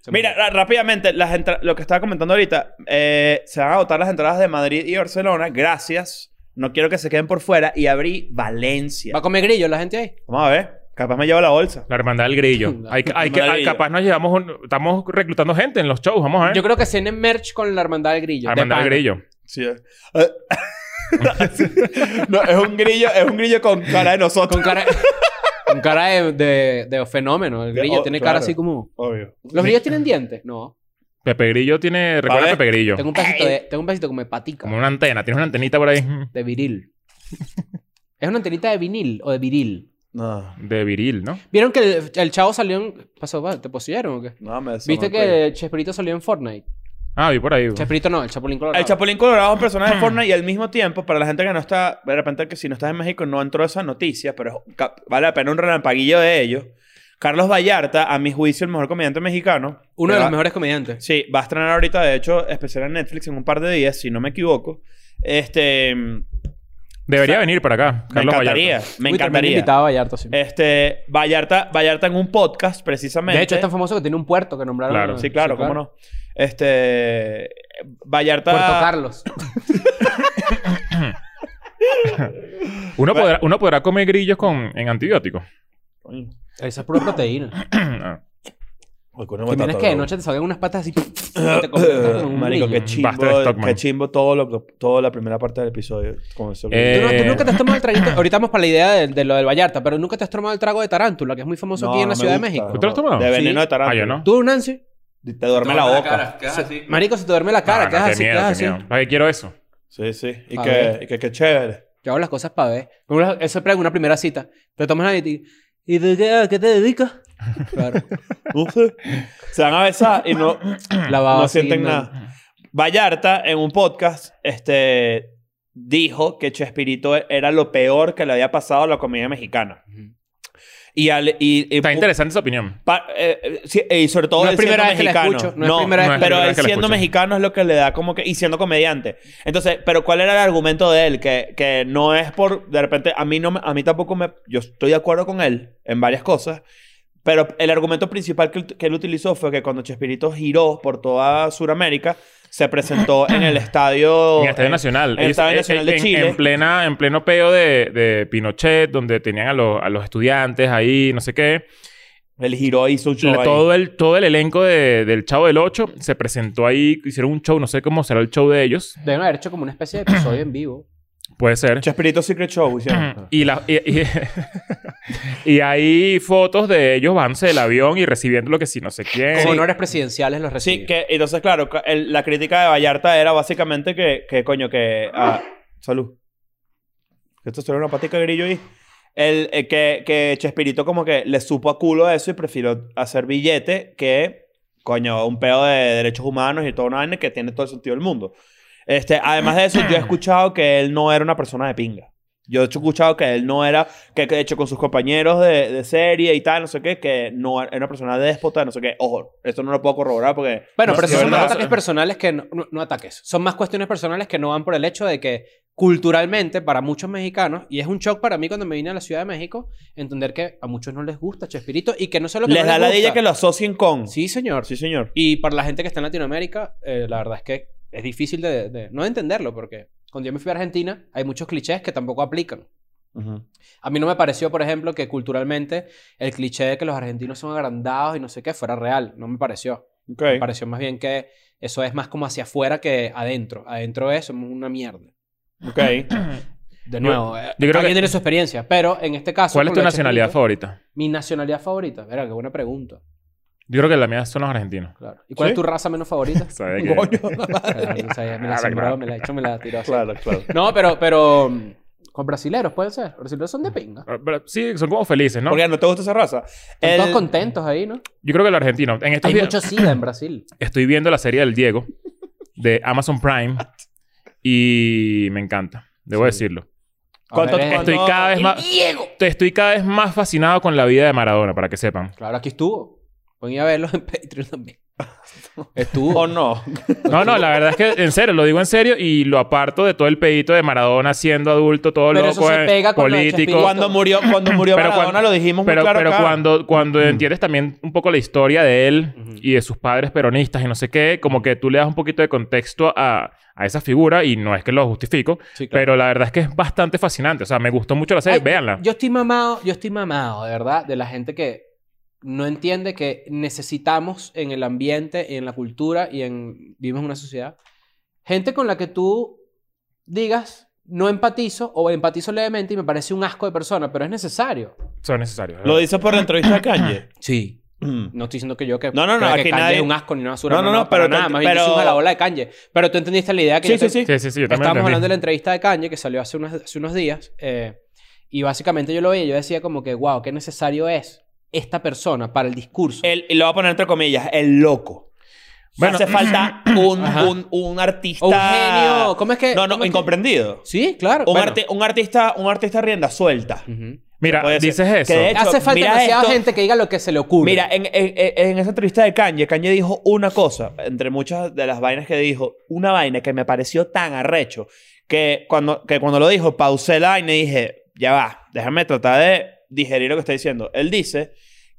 S4: Se me
S2: Mira,
S4: cayó.
S2: ra- rápidamente, las entra- lo que estaba comentando ahorita, eh, se van a agotar las entradas de Madrid y Barcelona, gracias. No quiero que se queden por fuera y abrí Valencia.
S4: ¿Va a comer grillo la gente ahí?
S2: Vamos a ver, capaz me llevo la bolsa.
S1: La hermandad del grillo.
S4: La
S1: Hay, hay que,
S2: hermandad del
S1: hay-
S2: grillo.
S1: capaz nos llevamos. un- estamos reclutando gente en los shows. Vamos a ver.
S4: Yo creo que cenen merch con la hermandad del grillo. de
S1: hermandad del
S4: pana.
S1: grillo.
S2: Sí, eh. Eh. no, es un grillo, es un grillo con cara de nosotros.
S4: Con cara, con cara de, de- de fenómeno. El
S2: De-
S4: grillo
S2: oh,
S4: tiene
S2: claro.
S4: cara así como...
S2: Obvio.
S4: ¿Los grillos tienen dientes? No.
S1: Pepe Grillo tiene. Recuerda
S2: ver.
S1: Pepe Grillo.
S4: Tengo un pedacito de... Tengo un pedacito como de patica.
S1: Como una antena. Tienes una antenita por ahí. mm,
S4: De viril. ¿Es una antenita de vinil o de viril?
S2: No,
S1: De viril, ¿no?
S4: ¿Vieron que el, el chavo salió en... Pasó, va, ¿Te poseyeron o qué?
S2: no me pues.
S4: ¿Viste
S2: me acuerdo.
S4: que Chespirito salió en Fortnite?
S1: Ah, vi por ahí. güey.
S4: Chespirito no, el Chapulín Colorado.
S2: El Chapulín Colorado es un personaje
S4: Hmm.
S2: de Fortnite y al mismo tiempo, para la gente que no está, de repente que si no estás en México no entró esa noticia, pero es- cap- vale la pena un relampaguillo de ellos. Carlos Vallarta, a mi juicio, el mejor comediante mexicano.
S4: Uno de
S2: Que
S4: los
S2: va-
S4: mejores comediantes.
S2: Sí, va a estrenar ahorita, de hecho, especial en Netflix en un par de días, si no me equivoco. Este, me
S1: Debería venir para acá. Carlos
S2: encantaría,
S1: Vallarta.
S2: me
S4: Uy, también
S2: encantaría.
S4: invitado a Vallarta, sí.
S2: Este, Vallarta, Vallarta en un podcast, precisamente.
S4: De hecho, es tan famoso que tiene un puerto que nombraron.
S1: Claro,
S2: Sí, claro, cómo no. Este, Vallarta...
S4: Puerto Carlos.
S1: Uno podrá, uno podrá comer grillos con, en antibióticos.
S2: Coño,
S4: Esa es pura proteína.
S1: Ah.
S2: uy, con una
S4: Que vienes
S2: batata,
S4: que de
S2: bro.
S4: noche te salgan unas patas así. te conviertas en un
S2: Marico,
S4: niño.
S2: qué chimbo,
S1: Basta de Stockman.
S2: qué chimbo todo lo que, toda la primera parte del episodio. Con eso que-
S1: Eh,
S4: Tú, no- tú nunca te has tomado el traguito. Ahorita vamos para la idea de, de lo del Vallarta, pero nunca te has tomado el trago de tarántula, que es muy famoso
S2: No,
S4: aquí en la
S2: no me
S4: Ciudad de
S2: gusta.
S4: México.
S1: ¿Tú te lo has tomado?
S2: De veneno
S4: Sí.
S2: de tarántula.
S1: Ah, yo no.
S4: ¿Tú, Nancy?
S2: Te duerme la boca.
S4: Marico, se te duerme la cara.
S1: Ah,
S4: ¿Qué
S1: no,
S4: haces así?
S1: Qué
S4: ¿Qué
S1: miedo,
S4: haces
S1: qué
S4: así?
S1: miedo. ¿Para qué quiero eso?
S2: Sí, sí. Y
S4: A
S2: que,
S4: ver.
S2: y que, que chévere.
S4: Yo hago las cosas para ver. Por ejemplo, Eso es en una primera cita. Te tomas la y ¿Y de qué, a qué te dedicas? Claro.
S2: Uf. Se van a besar y no,
S4: La baba
S2: no
S4: así,
S2: sienten
S4: Ah, no.
S2: nada. Vallarta, en un podcast, este, dijo que Chespirito era lo peor que le había pasado a la comedia mexicana. Y, al, y, y-
S1: Está interesante esa opinión.
S2: Pa- eh, eh, sí, eh, y sobre todo
S4: No es
S2: él
S4: primera
S2: siendo
S4: vez que la
S2: mexicano.
S4: escucho, no es primera
S1: vez Ah, que la
S2: pero
S1: escucho.
S2: él siendo mexicano es lo que le da como que y siendo comediante. Entonces, pero ¿cuál era el argumento de él que, que no es por de repente a mí no me- a mí tampoco me yo estoy de acuerdo con él en varias cosas, pero el argumento principal que, él- que él utilizó fue que cuando Chespirito giró por toda Sudamérica se presentó en el estadio
S1: En
S2: eh,
S1: el Estadio Nacional.
S2: Oh,
S1: eh,
S2: en el Estadio Nacional de
S1: en-
S2: Chile.
S1: En, plena, en pleno peo de, de Pinochet, donde tenían a, los- a los estudiantes ahí, no sé qué.
S2: él giró y hizo un show
S1: La-
S2: ahí.
S1: todo, el, todo el elenco de- del Chavo del 8 se presentó ahí, hicieron un show, no sé cómo será el show de ellos.
S4: Deben haber hecho como una especie de episodio en vivo.
S1: Puede ser.
S2: Chespirito Secret Show hicieron.
S1: Y, la- y- y- y hay fotos de ellos bajándose del avión y recibiendo lo que Eh, sí, no sé quién.
S4: Como honores presidenciales los reciben.
S2: Sí, que entonces, claro, ca- el- la crítica de Vallarta era básicamente que, que coño, que. ah, salud. Esto solo una patica de grillo ahí. El, eh, que, que Chespirito, como que le supo a culo eso y prefirió hacer billete que, coño, un pedo de derechos humanos y todo una vaina que tiene todo el sentido del mundo. Este, además de eso, yo he escuchado que él no era una persona de pinga. Yo he escuchado que él no era, que que de hecho con sus compañeros de, de serie y tal, no sé qué, que no era una persona déspota, no sé qué. Ojo, esto no lo puedo corroborar porque...
S4: Bueno,
S2: no
S4: pero
S2: sé,
S4: esos son
S2: ¿verdad?
S4: más ataques personales que no, no- no ataques. Son más cuestiones personales que no van por el hecho de que culturalmente para muchos mexicanos, y es un shock para mí cuando me vine a la Ciudad de México, entender que a muchos no les gusta Chespirito y que no solo que
S2: Les
S4: no
S2: da la
S4: gusta-
S2: dilla que lo asocien con.
S4: Sí, señor.
S2: Sí, señor.
S4: Y para la gente que está en Latinoamérica, eh, la verdad es que es difícil de, de- no de entenderlo porque cuando yo me fui a Argentina hay muchos clichés que tampoco aplican.
S2: Ujú.
S4: A mí no me pareció, por ejemplo, que culturalmente el cliché de que los argentinos son agrandados y no sé qué fuera real. No me pareció.
S2: Ok.
S4: Me pareció más bien que eso es más como hacia afuera que adentro. Adentro es somos una mierda.
S2: Ok.
S4: De nuevo, eh,
S1: yo creo
S4: alguien
S1: que-
S4: tiene su experiencia, pero en este caso...
S1: ¿Cuál es
S4: con
S1: tu
S4: lo de
S1: nacionalidad
S4: Chespirito,
S1: favorita?
S4: Mi nacionalidad favorita. Verga, qué buena pregunta.
S1: Yo creo que la mía son los argentinos.
S4: Claro. ¿Y cuál
S2: ¿Sí?
S4: es tu raza menos favorita?
S1: ¿Sabes qué?
S2: Coño.
S4: Claro, no sabía,
S1: Ah,
S4: me la asombró, me la echó, me la tiró así.
S2: Claro, claro.
S4: No, pero, pero... mm, Con brasileros, puede ser. Brasileros son de pinga.
S1: Pero- Ah, pero Sí, son como felices, ¿no?
S2: Porque no te gusta esa raza.
S4: Están
S2: El-
S4: Pues todos contentos ahí, ¿no?
S1: Yo creo que los argentinos. En estos
S4: Hay
S1: días
S4: mucho sida en Brasil.
S1: estoy viendo la serie del Diego de Amazon Prime y me encanta, debo decirlo.
S2: ¿Cuánto-
S4: Ahora eres-
S2: cuánto-
S1: Estoy cada vez más estoy cada vez más fascinado con la vida de Maradona, para que sepan.
S4: Claro, aquí estuvo. Ponía a verlos en Patreon también. Estuvo.
S2: ¿O no?
S1: No, no, la verdad es que en serio, lo digo en serio y lo aparto de todo el pedito de Maradona siendo adulto, todo
S4: Pero eso
S1: loco,
S4: se
S1: eh,
S4: pega con lo de
S1: político.
S4: Chespirito.
S2: Cuando murió, cuando murió
S1: Pero
S2: Maradona
S1: cuando-
S2: lo dijimos muy
S1: Pero,
S2: claro
S1: pero
S2: acá. Mm.
S1: cuando, cuando entiendes también un poco la historia de él
S4: Ujú.
S1: y de sus padres peronistas y no sé qué, como que tú le das un poquito de contexto a, a esa figura y no es que lo justifico,
S4: Sí, claro.
S1: pero la verdad es que es bastante fascinante. O sea, me gustó mucho la serie,
S4: Ay,
S1: véanla.
S4: Yo estoy mamado, yo estoy mamado, de verdad, de la gente que no entiende que necesitamos en el ambiente, en la cultura y en. Vivimos en una sociedad. Gente con la que tú digas, no empatizo o empatizo levemente y me parece un asco de persona, pero es necesario.
S1: Son necesarios.
S2: Lo dices por la entrevista de Kanye.
S4: Sí.
S2: Mm.
S4: No estoy diciendo que yo que.
S2: No, no, no,
S4: crea que
S2: aquí
S4: Kanye
S2: nadie-
S4: es un asco ni una basura.
S2: No,
S4: No,
S2: no,
S4: no,
S2: no, pero
S4: para
S2: tú
S4: nada.
S2: ent-
S4: Más bien yo soy
S2: pero-
S4: un jalabola de Kanye. Pero tú entendiste la idea que
S2: Sí,
S4: yo te-
S2: sí, sí.
S1: Sí, sí, sí, yo también
S4: Estábamos
S1: lo
S4: hablando de
S1: entendí.
S4: la entrevista de Kanye que salió hace unos, hace unos días. eh, y básicamente yo lo veía y yo decía como que, wow, qué necesario es esta persona para el discurso.
S2: El- y lo voy a poner entre comillas, el loco.
S1: Bueno.
S2: Hace falta un,
S4: Ajá.
S2: un, un artista.
S4: O un genio. ¿Cómo es que...?
S2: No, no,
S4: cómo es que-
S2: incomprendido.
S4: Sí, claro.
S2: Un,
S4: bueno.
S2: arti- un artista, un artista rienda suelta.
S4: Ujú.
S1: Mira,
S2: Puede ser.
S1: dices eso.
S2: Que de hecho,
S4: Hace falta
S2: mira
S4: demasiada
S2: esto.
S4: gente que diga lo que se le ocurre.
S2: Mira, en, en- en- en esa entrevista de Kanye, Kanye dijo una cosa, entre muchas de las vainas que dijo, una vaina que me pareció tan arrecho, que cuando, que cuando lo dijo, pausé la vaina y dije, ya va, déjame tratar de digerir lo que está diciendo. Él dice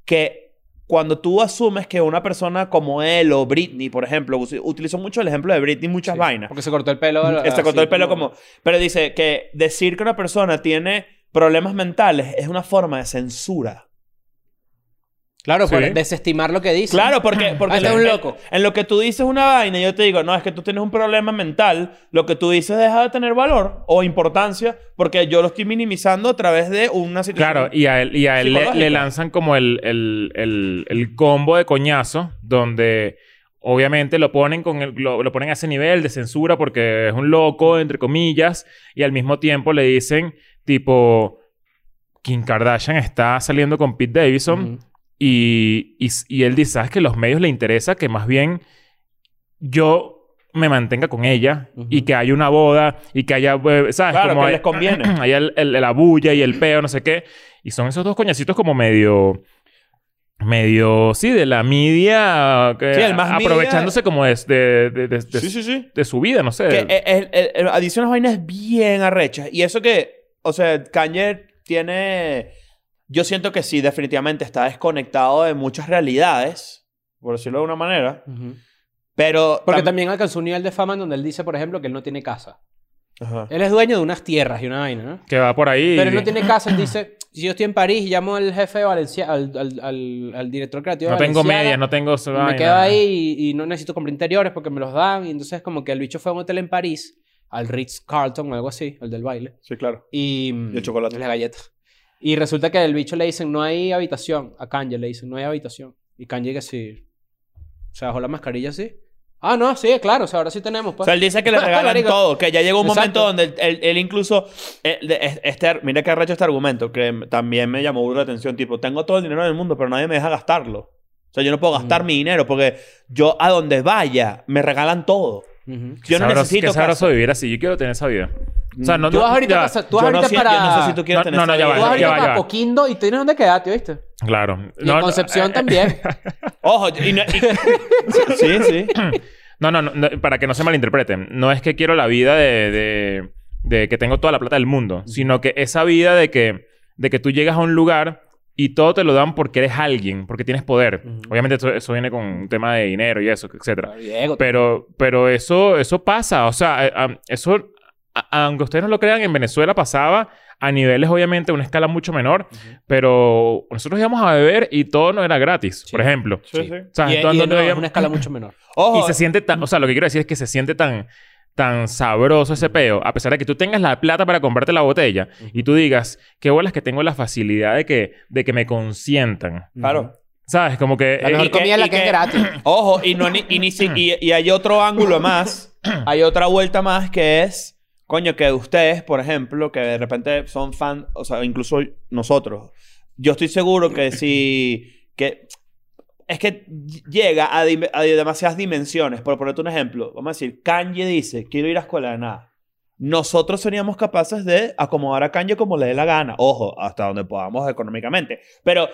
S2: que cuando tú asumes que una persona como él o Britney, por ejemplo, us- utilizó mucho el ejemplo de Britney, muchas
S4: Sí,
S2: vainas.
S4: Porque se cortó el pelo.
S2: Él se
S4: así
S2: cortó el pelo como... Pero dice que decir que una persona tiene problemas mentales es una forma de censura.
S4: Claro,
S1: Sí.
S4: para desestimar lo que dice.
S2: Claro, porque, porque
S4: Ah, este es
S2: en-
S4: un loco.
S2: En lo que tú dices una vaina, yo te digo, no, es que tú tienes un problema mental, lo que tú dices deja de tener valor o importancia, porque yo lo estoy minimizando a través de una situación.
S1: Claro, y a él, y a él le,
S2: Psicológico.
S1: le lanzan como el, el- el- el combo de coñazo, donde obviamente lo ponen, con el, lo, lo ponen a ese nivel de censura porque es un loco, entre comillas, y al mismo tiempo le dicen, tipo, Kim Kardashian está saliendo con Pete Davidson
S4: Ujú.
S1: y, y, y él dice, ¿sabes que los medios le interesa que más bien yo me mantenga con ella
S4: Ujú.
S1: y que haya una boda y que haya, eh, ¿sabes?
S2: Claro,
S1: Como
S2: que
S1: hay-
S2: les conviene.
S1: hay el- el- la bulla y el peo, no sé qué. Y son esos dos coñacitos como medio. medio. sí, de la media. que-
S2: Sí, el más media-
S1: aprovechándose como es de, de, de- de-
S2: Sí, sí, sí.
S1: de su vida, no sé.
S2: Que eh, el- el- el- el- adiciona unas vainas bien arrechas. Y eso que, o sea, Kanye tiene... Yo siento que sí, definitivamente está desconectado de muchas realidades, por decirlo de una manera,
S4: Ujú.
S2: pero...
S4: Porque
S2: tam-
S4: también alcanzó un nivel de fama en donde él dice, por ejemplo, que él no tiene casa.
S2: Ajá.
S4: Él es dueño de unas tierras y una vaina, ¿no?
S1: que va por ahí.
S4: Pero él no tiene casa, él dice, si yo estoy en París y llamo al jefe de Valencia, al, al, al, al director creativo
S1: No
S4: de
S1: tengo
S4: Valenciaga,
S1: medias, no tengo. esa
S4: Me
S1: vaina.
S4: quedo ahí y, y no necesito comprar interiores porque me los dan. Y entonces como que el bicho fue a un hotel en París, al Ritz Carlton o algo así, el del baile.
S2: Sí, claro.
S4: Y...
S2: Y el chocolate.
S4: y Las galletas. Y resulta que el bicho le dicen, no hay habitación. A Kanye le dicen, no hay habitación. Y Kanye que sí, se bajó la mascarilla así. Ah, no, sí, claro, o sea, ahora sí tenemos.
S2: O
S4: Pues.
S2: sea, él dice que le regalan
S4: Marico.
S2: todo, que ya llegó un momento
S4: Exacto.
S2: donde él, él- él incluso... eh, de- es- este, mira que arrecho este argumento, que m- también me llamó burda la atención, tipo, tengo todo el dinero del mundo, pero nadie me deja gastarlo. O sea, yo no puedo
S4: Mm.
S2: gastar mi dinero porque yo a donde vaya me regalan todo.
S4: Ujú.
S1: Qué
S2: Yo no
S1: sabroso-
S2: necesito
S1: qué sabroso
S2: casa.
S1: vivir así. Yo quiero tener esa vida. O sea, no.
S4: Tú
S1: no-
S4: vas ahorita,
S1: ya
S4: a
S1: va.
S4: casa- tú vas
S2: yo, no
S4: ahorita
S2: sé,
S4: para...
S2: yo no sé si tú quieres
S1: No,
S2: tener
S1: no, no,
S2: esa
S1: ya va,
S4: Tú
S2: vida.
S4: vas
S1: ya
S4: ahorita
S1: va, ya
S4: para
S1: va.
S4: Coquindo y tienes dónde quedarte, ¿viste?
S1: Claro.
S4: Y en
S1: eh,
S4: Concepción también.
S2: Ojo, y no- y- sí, sí.
S1: No, no, no, no, para que no se malinterpreten. No es que quiero la vida de, de- de que tengo toda la plata del mundo, sino que esa vida de que, de que tú llegas a un lugar y todo te lo dan porque eres alguien, porque tienes poder. Obviamente eso, eso viene con un tema de dinero y eso, etcétera.
S4: Diego,
S1: Pero, pero eso, eso pasa. O sea, eh, am- eso, a- aunque ustedes no lo crean, en Venezuela pasaba a niveles, obviamente, una escala mucho menor, pero nosotros íbamos a beber y todo no era gratis, por ejemplo.
S2: Sí,
S4: Sí.
S2: sí.
S1: O sea,
S4: Y- y
S1: entonces no
S4: no, es
S1: había-
S4: una escala mucho menor.
S1: y
S2: Ojo,
S1: se siente tan, o sea, lo que quiero decir es que se siente tan, tan sabroso ese peo, a pesar de que tú tengas la plata para comprarte la botella y tú digas, qué bolas que tengo la facilidad de que, de que me consientan.
S2: claro.
S1: ¿Sabes? Como que...
S2: La
S1: eh,
S2: mejor
S1: y-
S2: que-
S8: comida es la
S2: y
S8: que es
S2: que-
S8: gratis.
S2: Ojo, y, no, ni, y, ni si- y- y hay otro ángulo más, hay otra vuelta más que es, coño, que ustedes, por ejemplo, que de repente son fan, o sea, incluso nosotros, yo estoy seguro que si, que es que llega a, dim- a demasiadas dimensiones, por ponerte un ejemplo, vamos a decir, Kanye dice, quiero ir a escuela de nada. Nosotros seríamos capaces de acomodar a Kanye como le dé la gana, ojo, hasta donde podamos económicamente, pero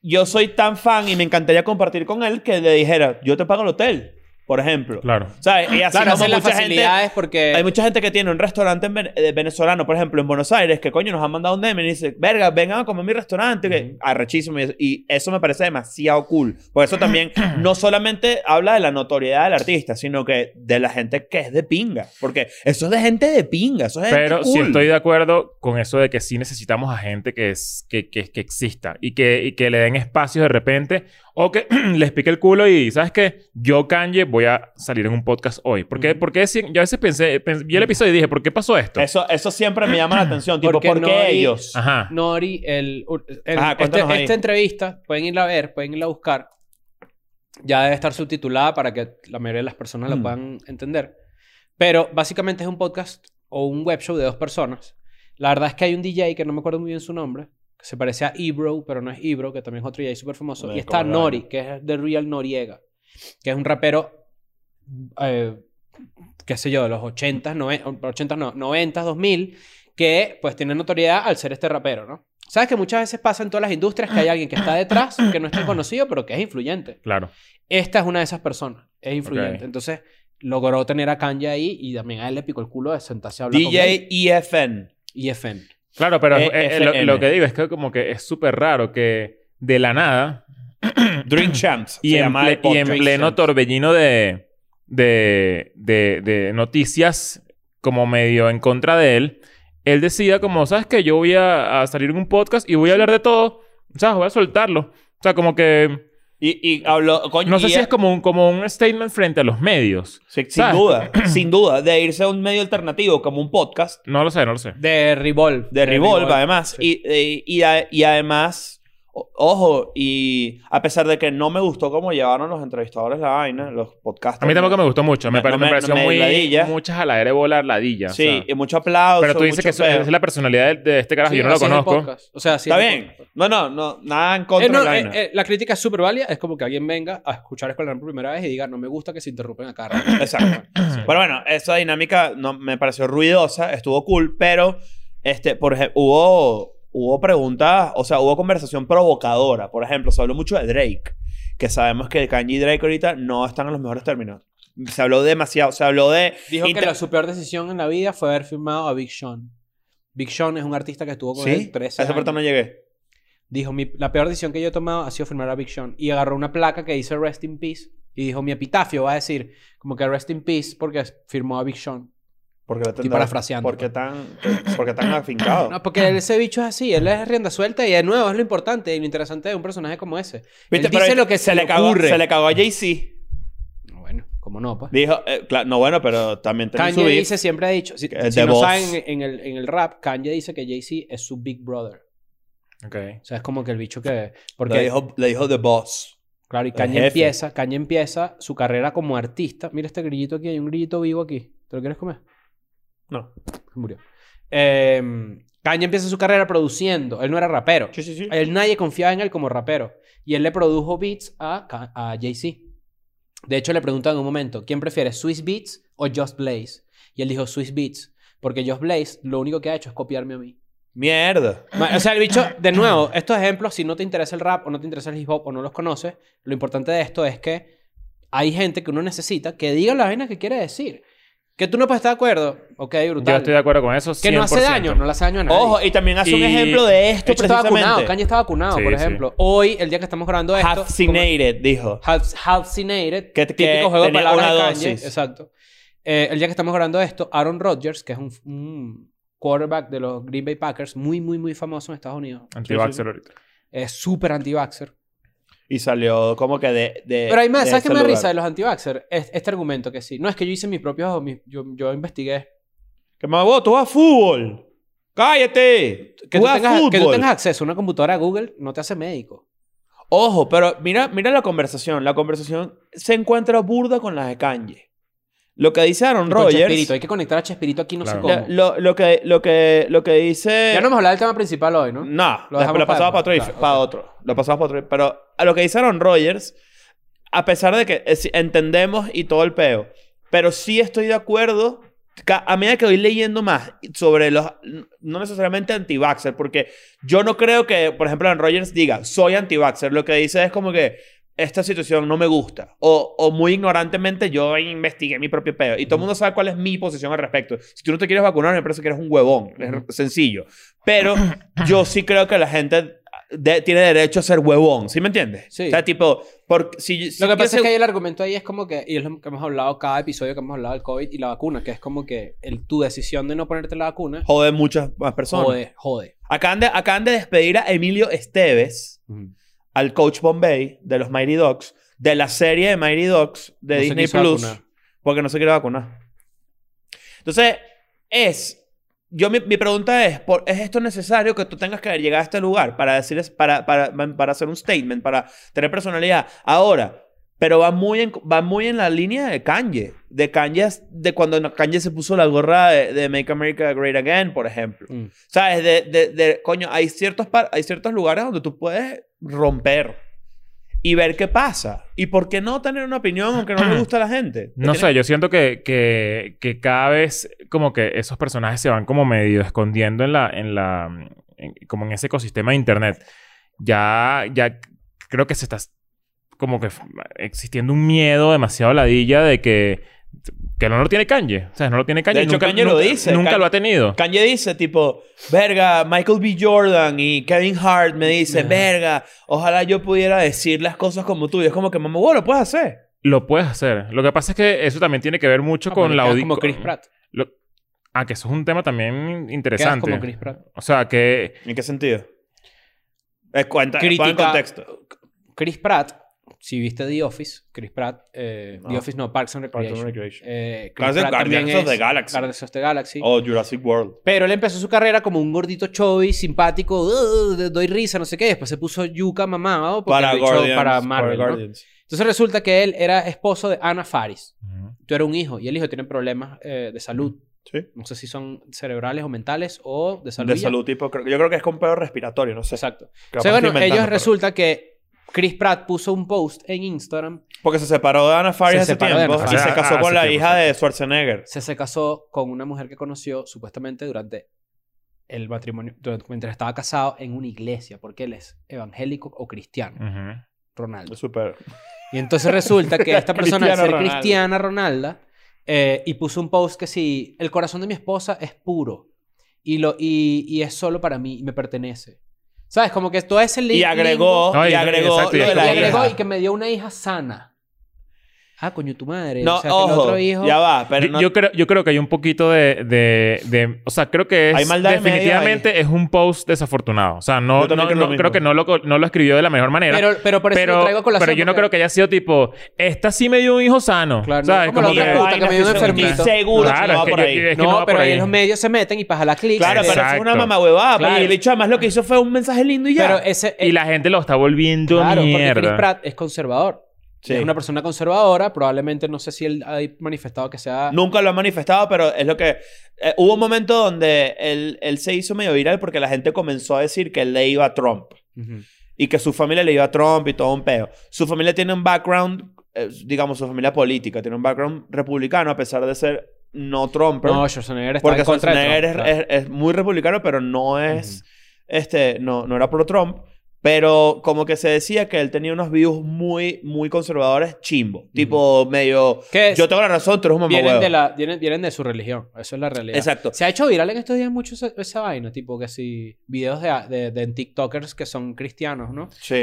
S2: yo soy tan fan y me encantaría compartir con él que le dijera, yo te pago el hotel, por ejemplo.
S1: Claro.
S2: ¿Sabes? Y así
S4: Claro,
S2: como
S4: hacen las
S2: mucha gente...
S4: facilidades porque...
S2: Hay mucha gente que tiene un restaurante en Ven- eh, venezolano, por ejemplo, en Buenos Aires, que coño nos han mandado un DM y dice, verga, vengan a comer a mi restaurante, que arrechísimo. Y, y eso me parece demasiado cool. Por eso también no solamente habla de la notoriedad del artista, sino que de la gente que es de pinga. Porque eso es de gente de pinga, eso es de
S1: Pero
S2: gente
S1: sí
S2: cool.
S1: estoy de acuerdo con eso de que sí necesitamos a gente que, es, que, que, que exista y que, y que le den espacios de repente o que les pique el culo y, ¿sabes qué? Yo, Kanye, voy a salir en un podcast hoy. ¿Por qué? Porque si- yo a veces pensé, pens- vi el episodio y dije, ¿por qué pasó esto?
S2: Eso, eso siempre me llama la atención. Tipo, ¿por
S4: Porque
S2: qué
S4: no hay-
S2: ellos?
S1: Ajá.
S4: Nori, el, el-
S2: Ajá,
S4: este-
S2: cuéntanos ahí.
S4: esta entrevista, pueden irla a ver, pueden irla a buscar. Ya debe estar subtitulada para que la mayoría de las personas la
S2: Mm.
S4: puedan entender. Pero básicamente es un podcast o un web show de dos personas. La verdad es que hay un DJ que no me acuerdo muy bien su nombre, que se parece a Ebro, pero no es Ebro, que también es otro DJ súper famoso.
S2: Me
S4: Y está
S2: acordaba.
S4: Nori, que es de Real Noriega, que es un rapero, eh, qué sé yo, de los 80, 90, 80, no, 90, 2000, que pues tiene notoriedad al ser este rapero, ¿no? Sabes que muchas veces pasa en todas las industrias que hay alguien que está detrás, que no es tan conocido, pero que es influyente.
S1: Claro.
S4: Esta es una de esas personas, es influyente.
S1: Ok.
S4: Entonces logró tener a Kanye ahí y también a él le picó el culo de sentarse a hablar con él.
S2: DJ EFN.
S4: Y FM.
S1: Claro,
S2: E
S1: pero eh, eh, lo,
S2: EFN.
S1: lo que digo es que como que es súper raro que de la nada
S2: Drink Champs.
S1: y,
S2: se
S1: en,
S2: llama
S1: ple-
S2: el podcast.
S1: y en pleno torbellino de, de, de- de noticias como medio en contra de él, él decida como, ¿sabes qué? Yo voy a, a salir en un podcast y voy a hablar de todo, ¿sabes? Voy a soltarlo. O sea, como que...
S2: Y, y habló, coño,
S1: No sé
S2: y
S1: si es como un, como un statement frente a los medios.
S2: Sí, sin
S1: ¿Sabes?
S2: duda, sin duda, de irse a un medio alternativo como un podcast
S1: No lo sé, no lo sé.
S4: De Revolve.
S2: de Revolve,
S4: Revolve.
S2: además. Y, eh, y, a- y además, o- ojo, y a pesar de que no me gustó cómo llevaron los entrevistadores la vaina, los podcasts.
S1: A mí tampoco me gustó mucho. Me,
S2: No,
S1: pare-
S2: no
S1: me
S2: me-
S1: pareció
S2: no me
S1: muy...
S2: ladilla.
S1: Muchas jaladeras de volar ladilla.
S2: Sí,
S1: Sí.
S2: y mucho aplauso.
S1: pero tú dices
S2: mucho
S1: que eso-
S2: peo.
S1: esa es la personalidad de, de este carajo.
S4: Sí,
S1: Yo no lo
S4: así es el
S1: conozco.
S4: podcast. O sea, así
S2: Está
S4: es el
S2: bien.
S4: podcast.
S2: No, no, no, nada en
S4: Eh,
S2: contra
S4: no,
S2: de la
S4: eh,
S2: vaina.
S4: eh, la crítica es súper válida. Es como que alguien venga a escuchar Escuela por primera vez y diga, no me gusta que se interrumpen a cada rato".
S2: Exacto. Pero bueno, esa dinámica no, me pareció ruidosa, estuvo cool, pero este, por ejemplo, hubo, hubo preguntas, o sea, hubo conversación provocadora. Por ejemplo, se habló mucho de Drake, que sabemos que Kanye y Drake ahorita no están en los mejores términos. Se habló demasiado, se habló de...
S4: Dijo que
S2: inter-
S4: la, su peor decisión en la vida fue haber firmado a Big Sean. Big Sean es un artista que estuvo con
S2: ¿Sí?
S4: él
S2: A
S4: 13
S2: esa parte no
S4: años.
S2: llegué.
S4: Dijo, "Mi- la peor decisión que yo he tomado ha sido firmar a Big Sean. Y agarró una placa que dice Rest in Peace. Y dijo, mi epitafio va a decir como que Rest in Peace porque firmó a Big Sean.
S2: Porque la tendrá-
S4: parafraseando,
S2: ¿Por qué
S4: pues.
S2: tan, por qué tan afincado?
S4: No, porque él, ese bicho es así. Él es rienda suelta y de nuevo es lo importante y lo interesante de un personaje como ese.
S2: Viste,
S4: él
S2: pero
S4: dice lo que se, le,
S2: cagó,
S4: ocurre.
S2: Se le cagó a Jay-Z.
S4: Bueno, como no, pues.
S2: Dijo, eh, cla- no bueno, pero también tenía su
S4: Kanye
S2: beef.
S4: dice, siempre ha dicho, si,
S2: Que es
S4: si
S2: Eh, The
S4: no
S2: Boss.
S4: saben en, en el, en el rap, Kanye dice que Jay-Z es su big brother.
S1: Ok.
S4: O sea, es como que el bicho que...
S2: Le
S4: Porque
S2: dijo, le dijo The Boss.
S4: Claro, y
S2: El
S4: Kanye
S2: jefe.
S4: empieza, Kanye empieza su carrera como artista. Mira este grillito aquí, hay un grillito vivo aquí. ¿Te lo quieres comer?
S2: No.
S4: Se murió. Eh, Kanye empieza su carrera produciendo. Él no era rapero.
S2: Sí, sí, sí.
S4: Él nadie confiaba en él como rapero. Y él le produjo beats a, Ka- a Jay-Z. De hecho, le preguntan en un momento, ¿quién prefiere, Swiss Beats o Just Blaze? Y él dijo Swiss Beats, porque Just Blaze lo único que ha hecho es copiarme a mí.
S2: Mierda.
S4: Ma- O sea, el bicho, de nuevo, estos ejemplos, si no te interesa el rap o no te interesa el hip hop o no los conoces, lo importante de esto es que hay gente que uno necesita que diga la vaina que quiere decir. Que tú no puedes estar de acuerdo. Ok, brutal.
S1: Yo estoy de acuerdo con eso.
S4: Que no hace
S1: 100%.
S4: yo no le hace daño a nadie.
S2: Ojo, y también hace un
S1: Y-
S2: ejemplo de esto
S4: De hecho, está vacunado.
S2: precisamente.
S4: Kanye está vacunado,
S1: Sí,
S4: por
S1: sí.
S4: ejemplo. Hoy, el día que estamos grabando esto... como-
S2: Vaccinated, dijo.
S4: Half- Halcinated.
S2: Que- que
S4: típico juego de
S2: tenía
S4: palabras
S2: una
S4: de Kanye.
S2: dosis.
S4: Exacto. Eh, el día que estamos grabando esto, Aaron Rodgers, que es un, un quarterback de los Green Bay Packers, muy, muy, muy famoso en Estados Unidos.
S1: Antivaxxer ahorita.
S4: Es súper anti-vaxxer.
S2: Y salió como que de. de-
S4: Pero hay
S2: Eh,
S4: más,
S2: de
S4: ¿sabes qué
S2: ese
S4: me da
S2: lugar.
S4: risa de los anti-vaxxer? Es- este argumento que sí. No, es que yo hice mis propios. mis- yo, yo investigué.
S2: Que me voy, tú vas a fútbol. Cállate.
S4: Que
S2: Que
S4: tú,
S2: juegas
S4: tengas,
S2: fútbol.
S4: que tú tengas acceso a una computadora Google no te hace médico.
S2: Ojo, pero mira, mira la conversación. La conversación se encuentra burda con las de Kanye. Lo que dice Aaron
S4: Con
S2: Rodgers.
S4: Chespirito, Hay que conectar a Chespirito aquí, no
S1: Claro.
S4: sé cómo.
S2: la- Lo, lo que, lo, que, lo que dice.
S4: Ya no hemos hablado del tema principal hoy, ¿no?
S2: No,
S4: Lo
S2: lo,
S4: dejamos
S2: lo
S4: para
S2: pasamos para
S4: después.
S2: otro,
S4: Claro,
S2: dif- para
S4: ok.
S2: otro. Lo pasamos para otro. dif- Pero a lo que dice Aaron Rodgers, a pesar de que eh, sí, entendemos y todo el peo, pero sí estoy de acuerdo. ca- A medida que voy leyendo más sobre los, no necesariamente anti-vaxxer, porque yo no creo que, por ejemplo, Aaron Rodgers diga, soy anti-vaxxer. Lo que dice es como que esta situación no me gusta. O, o muy ignorantemente yo investigué mi propio peo. Y todo el mundo sabe cuál es mi posición al respecto. Si tú no te quieres vacunar, me parece que eres un huevón. Es r- sencillo. Pero yo sí creo que la gente de- tiene derecho a ser huevón. ¿Sí me entiendes?
S4: Sí.
S2: O sea, tipo, porque si, si
S4: Lo que
S2: yo
S4: pasa
S2: sé-
S4: es que ahí el argumento ahí es como que, y es lo que hemos hablado cada episodio que hemos hablado del COVID y la vacuna, que es como que el, tu decisión de no ponerte la vacuna
S2: Jode muchas más personas.
S4: jode, jode.
S2: Acaban, de, acaban de despedir a Emilio Esteves, al coach Bombay de los Mighty Dogs, de la serie de Mighty Dogs de
S4: No se
S2: Disney
S4: quiso
S2: Plus,
S4: vacunar.
S2: porque no se quiere vacunar. Entonces, es. Yo, mi, mi pregunta es: ¿por- ¿es esto necesario que tú tengas que llegar a este lugar para, decir, es- para, para, para hacer un statement, para tener personalidad? Ahora, pero va muy en, va muy en la línea de Kanye. De Kanye, es- de cuando Kanye se puso la gorra de, de Make America Great Again, por ejemplo.
S4: Mm.
S2: ¿Sabes? De, de, de- coño, hay ciertos, par- hay ciertos lugares donde tú puedes romper y ver qué pasa. ¿Y por qué no tener una opinión aunque no le gusta a la gente?
S1: No
S2: Tiene-
S1: sé, yo siento que, que, que cada vez como que esos personajes se van como medio escondiendo en la, en la, en- como en ese ecosistema de internet. Ya, ya creo que se está como que f- existiendo un miedo demasiado ladilla de que, que no lo tiene Kanye. O sea, no lo tiene Kanye.
S2: De hecho,
S1: nunca,
S2: Kanye lo
S1: nunca-
S2: dice.
S1: Nunca
S2: Kanye-
S1: lo ha tenido.
S2: Kanye dice, tipo, verga, Michael B. Jordan y Kevin Hart me dice, verga, ojalá yo pudiera decir las cosas como tú. Y es como que, mamá, bueno, lo puedes hacer.
S1: Lo puedes hacer. Lo que pasa es que eso también tiene que ver mucho
S4: Ah,
S1: con
S4: pero
S1: la
S4: quedas
S1: audi-
S4: como Chris
S1: con-
S4: Pratt.
S1: lo- ah, que eso es un tema también
S4: Quedas
S1: interesante.
S4: como Chris Pratt.
S1: O sea, que
S2: ¿En qué sentido? Eh, cuenta, pon en
S4: Crítica.
S2: contexto.
S4: Chris Pratt, si viste The Office, Chris Pratt, eh, The
S2: No.
S4: Office no, Parks and Recreation.
S2: Ah. Parks and Recreation.
S4: Eh, Chris
S2: Guardians-
S4: Pratt también
S2: Guardians of
S4: es
S2: the Galaxy. Oh.
S4: Guardians of the Galaxy.
S2: O Jurassic World.
S4: Pero él empezó su carrera como un gordito choy, simpático, "Uh, de- doy risa, no sé qué. Después se puso yuca mamado porque
S2: Para
S4: el bicho-
S2: Guardians.
S4: para Marvel. ¿no?
S2: Guardians.
S4: Entonces resulta que él era esposo de Ana Faris. Tú eres un hijo y el hijo tiene problemas eh, de salud.
S2: Sí.
S4: No sé si son cerebrales o mentales o de salud.
S2: De
S4: y ya.
S2: salud, tipo, creo- yo creo que es con pedo respiratorio, no sé.
S4: Exacto.
S2: Capaz
S4: o sea,
S2: estoy
S4: bueno,
S2: inventando,
S4: ellos
S2: pero-
S4: resulta que Chris Pratt puso un post en Instagram.
S2: Porque se separó de Ana Faris
S4: Se
S2: hace
S4: separó de
S2: tiempo
S4: Ana
S2: y
S1: Faris.
S2: se
S1: Ah,
S2: casó
S1: ah,
S2: con
S1: hace
S2: la
S1: tiempo,
S2: hija
S1: sí.
S2: de Schwarzenegger.
S4: Se, se casó con una mujer que conoció supuestamente durante el matrimonio, durante- mientras estaba casado en una iglesia, porque él es evangélico o cristiano,
S1: Ujú.
S4: Ronaldo.
S2: Súper.
S4: Y entonces resulta que esta persona, al
S2: Cristiano
S4: ser
S2: Ronaldo.
S4: cristiana Ronalda, eh, y puso un post que si el corazón de mi esposa es puro y, lo, y, y es solo para mí y me pertenece. ¿Sabes? Como que todo ese link.
S2: Y agregó,
S1: No, y-
S2: y agregó
S1: exacto, y
S2: lo de
S4: y
S2: la
S4: agregó
S2: hija.
S4: y que me dio una hija sana. Ah, coño, tu madre.
S2: No,
S4: o sea, que el
S2: ojo,
S4: otro hijo.
S2: ya va, pero
S1: yo,
S2: no-
S1: yo creo, yo creo que hay un poquito de, de- de- O sea, creo que es...
S2: Hay maldad de medio
S1: definitivamente es un post desafortunado. O sea, no,
S2: Yo también
S1: no-
S2: creo
S1: no-
S2: lo mismo.
S1: creo que no lo, co- no lo escribió de la mejor manera.
S4: Pero, pero por eso lo
S1: pero,
S4: traigo a colación.
S1: pero yo no
S4: porque-
S1: creo que haya sido tipo... Esta sí me dio un hijo sano.
S4: Claro, no,
S1: ¿Sabes?
S4: como la
S1: Como
S4: otra
S1: que-
S4: puta que me dio un enfermito.
S2: Seguro que
S1: Claro,
S2: no va
S1: es que
S2: por
S1: yo-
S2: ahí.
S1: es que
S4: no,
S1: no va
S4: pero
S1: por
S4: ahí
S1: ahí.
S4: en los medios se meten y para jalar clics.
S2: Claro, pero eso es
S1: Exacto.
S2: una mamá huevada.
S4: Claro.
S2: Y el bicho además lo que hizo fue un mensaje lindo y ya.
S4: Pero eh, ese,
S1: Y la gente lo está volviendo
S4: Claro, porque Chris
S1: mierda.
S4: Pratt es conservador.
S2: Sí.
S4: Es una persona conservadora, probablemente no sé si él ha manifestado que sea.
S2: Nunca lo ha manifestado, pero es lo que... eh, hubo un momento donde él, él se hizo medio viral porque la gente comenzó a decir que él le iba a Trump.
S4: Ujú.
S2: Y que su familia le iba a Trump y todo un peo. Su familia tiene un background, eh, digamos, su familia política. Tiene un background republicano a pesar de ser no Trumper.
S4: no, Schwarzenegger está
S2: Porque
S4: en contra de
S2: Schwarzenegger
S4: Trump,
S2: es, es- es muy republicano, pero no es... Este, no, no era pro Trump. Pero como que se decía que él tenía unos views muy, muy conservadores, chimbo. Tipo medio,
S4: Que
S2: yo tengo la razón, tú eres un
S4: vienen,
S2: mamahuevo.
S4: de la, vienen, vienen de su religión. Eso es la realidad.
S2: Exacto.
S4: Se ha hecho viral en estos días mucho esa, esa vaina. Tipo que si videos de, de, de TikTokers que son cristianos, ¿no?
S2: Sí.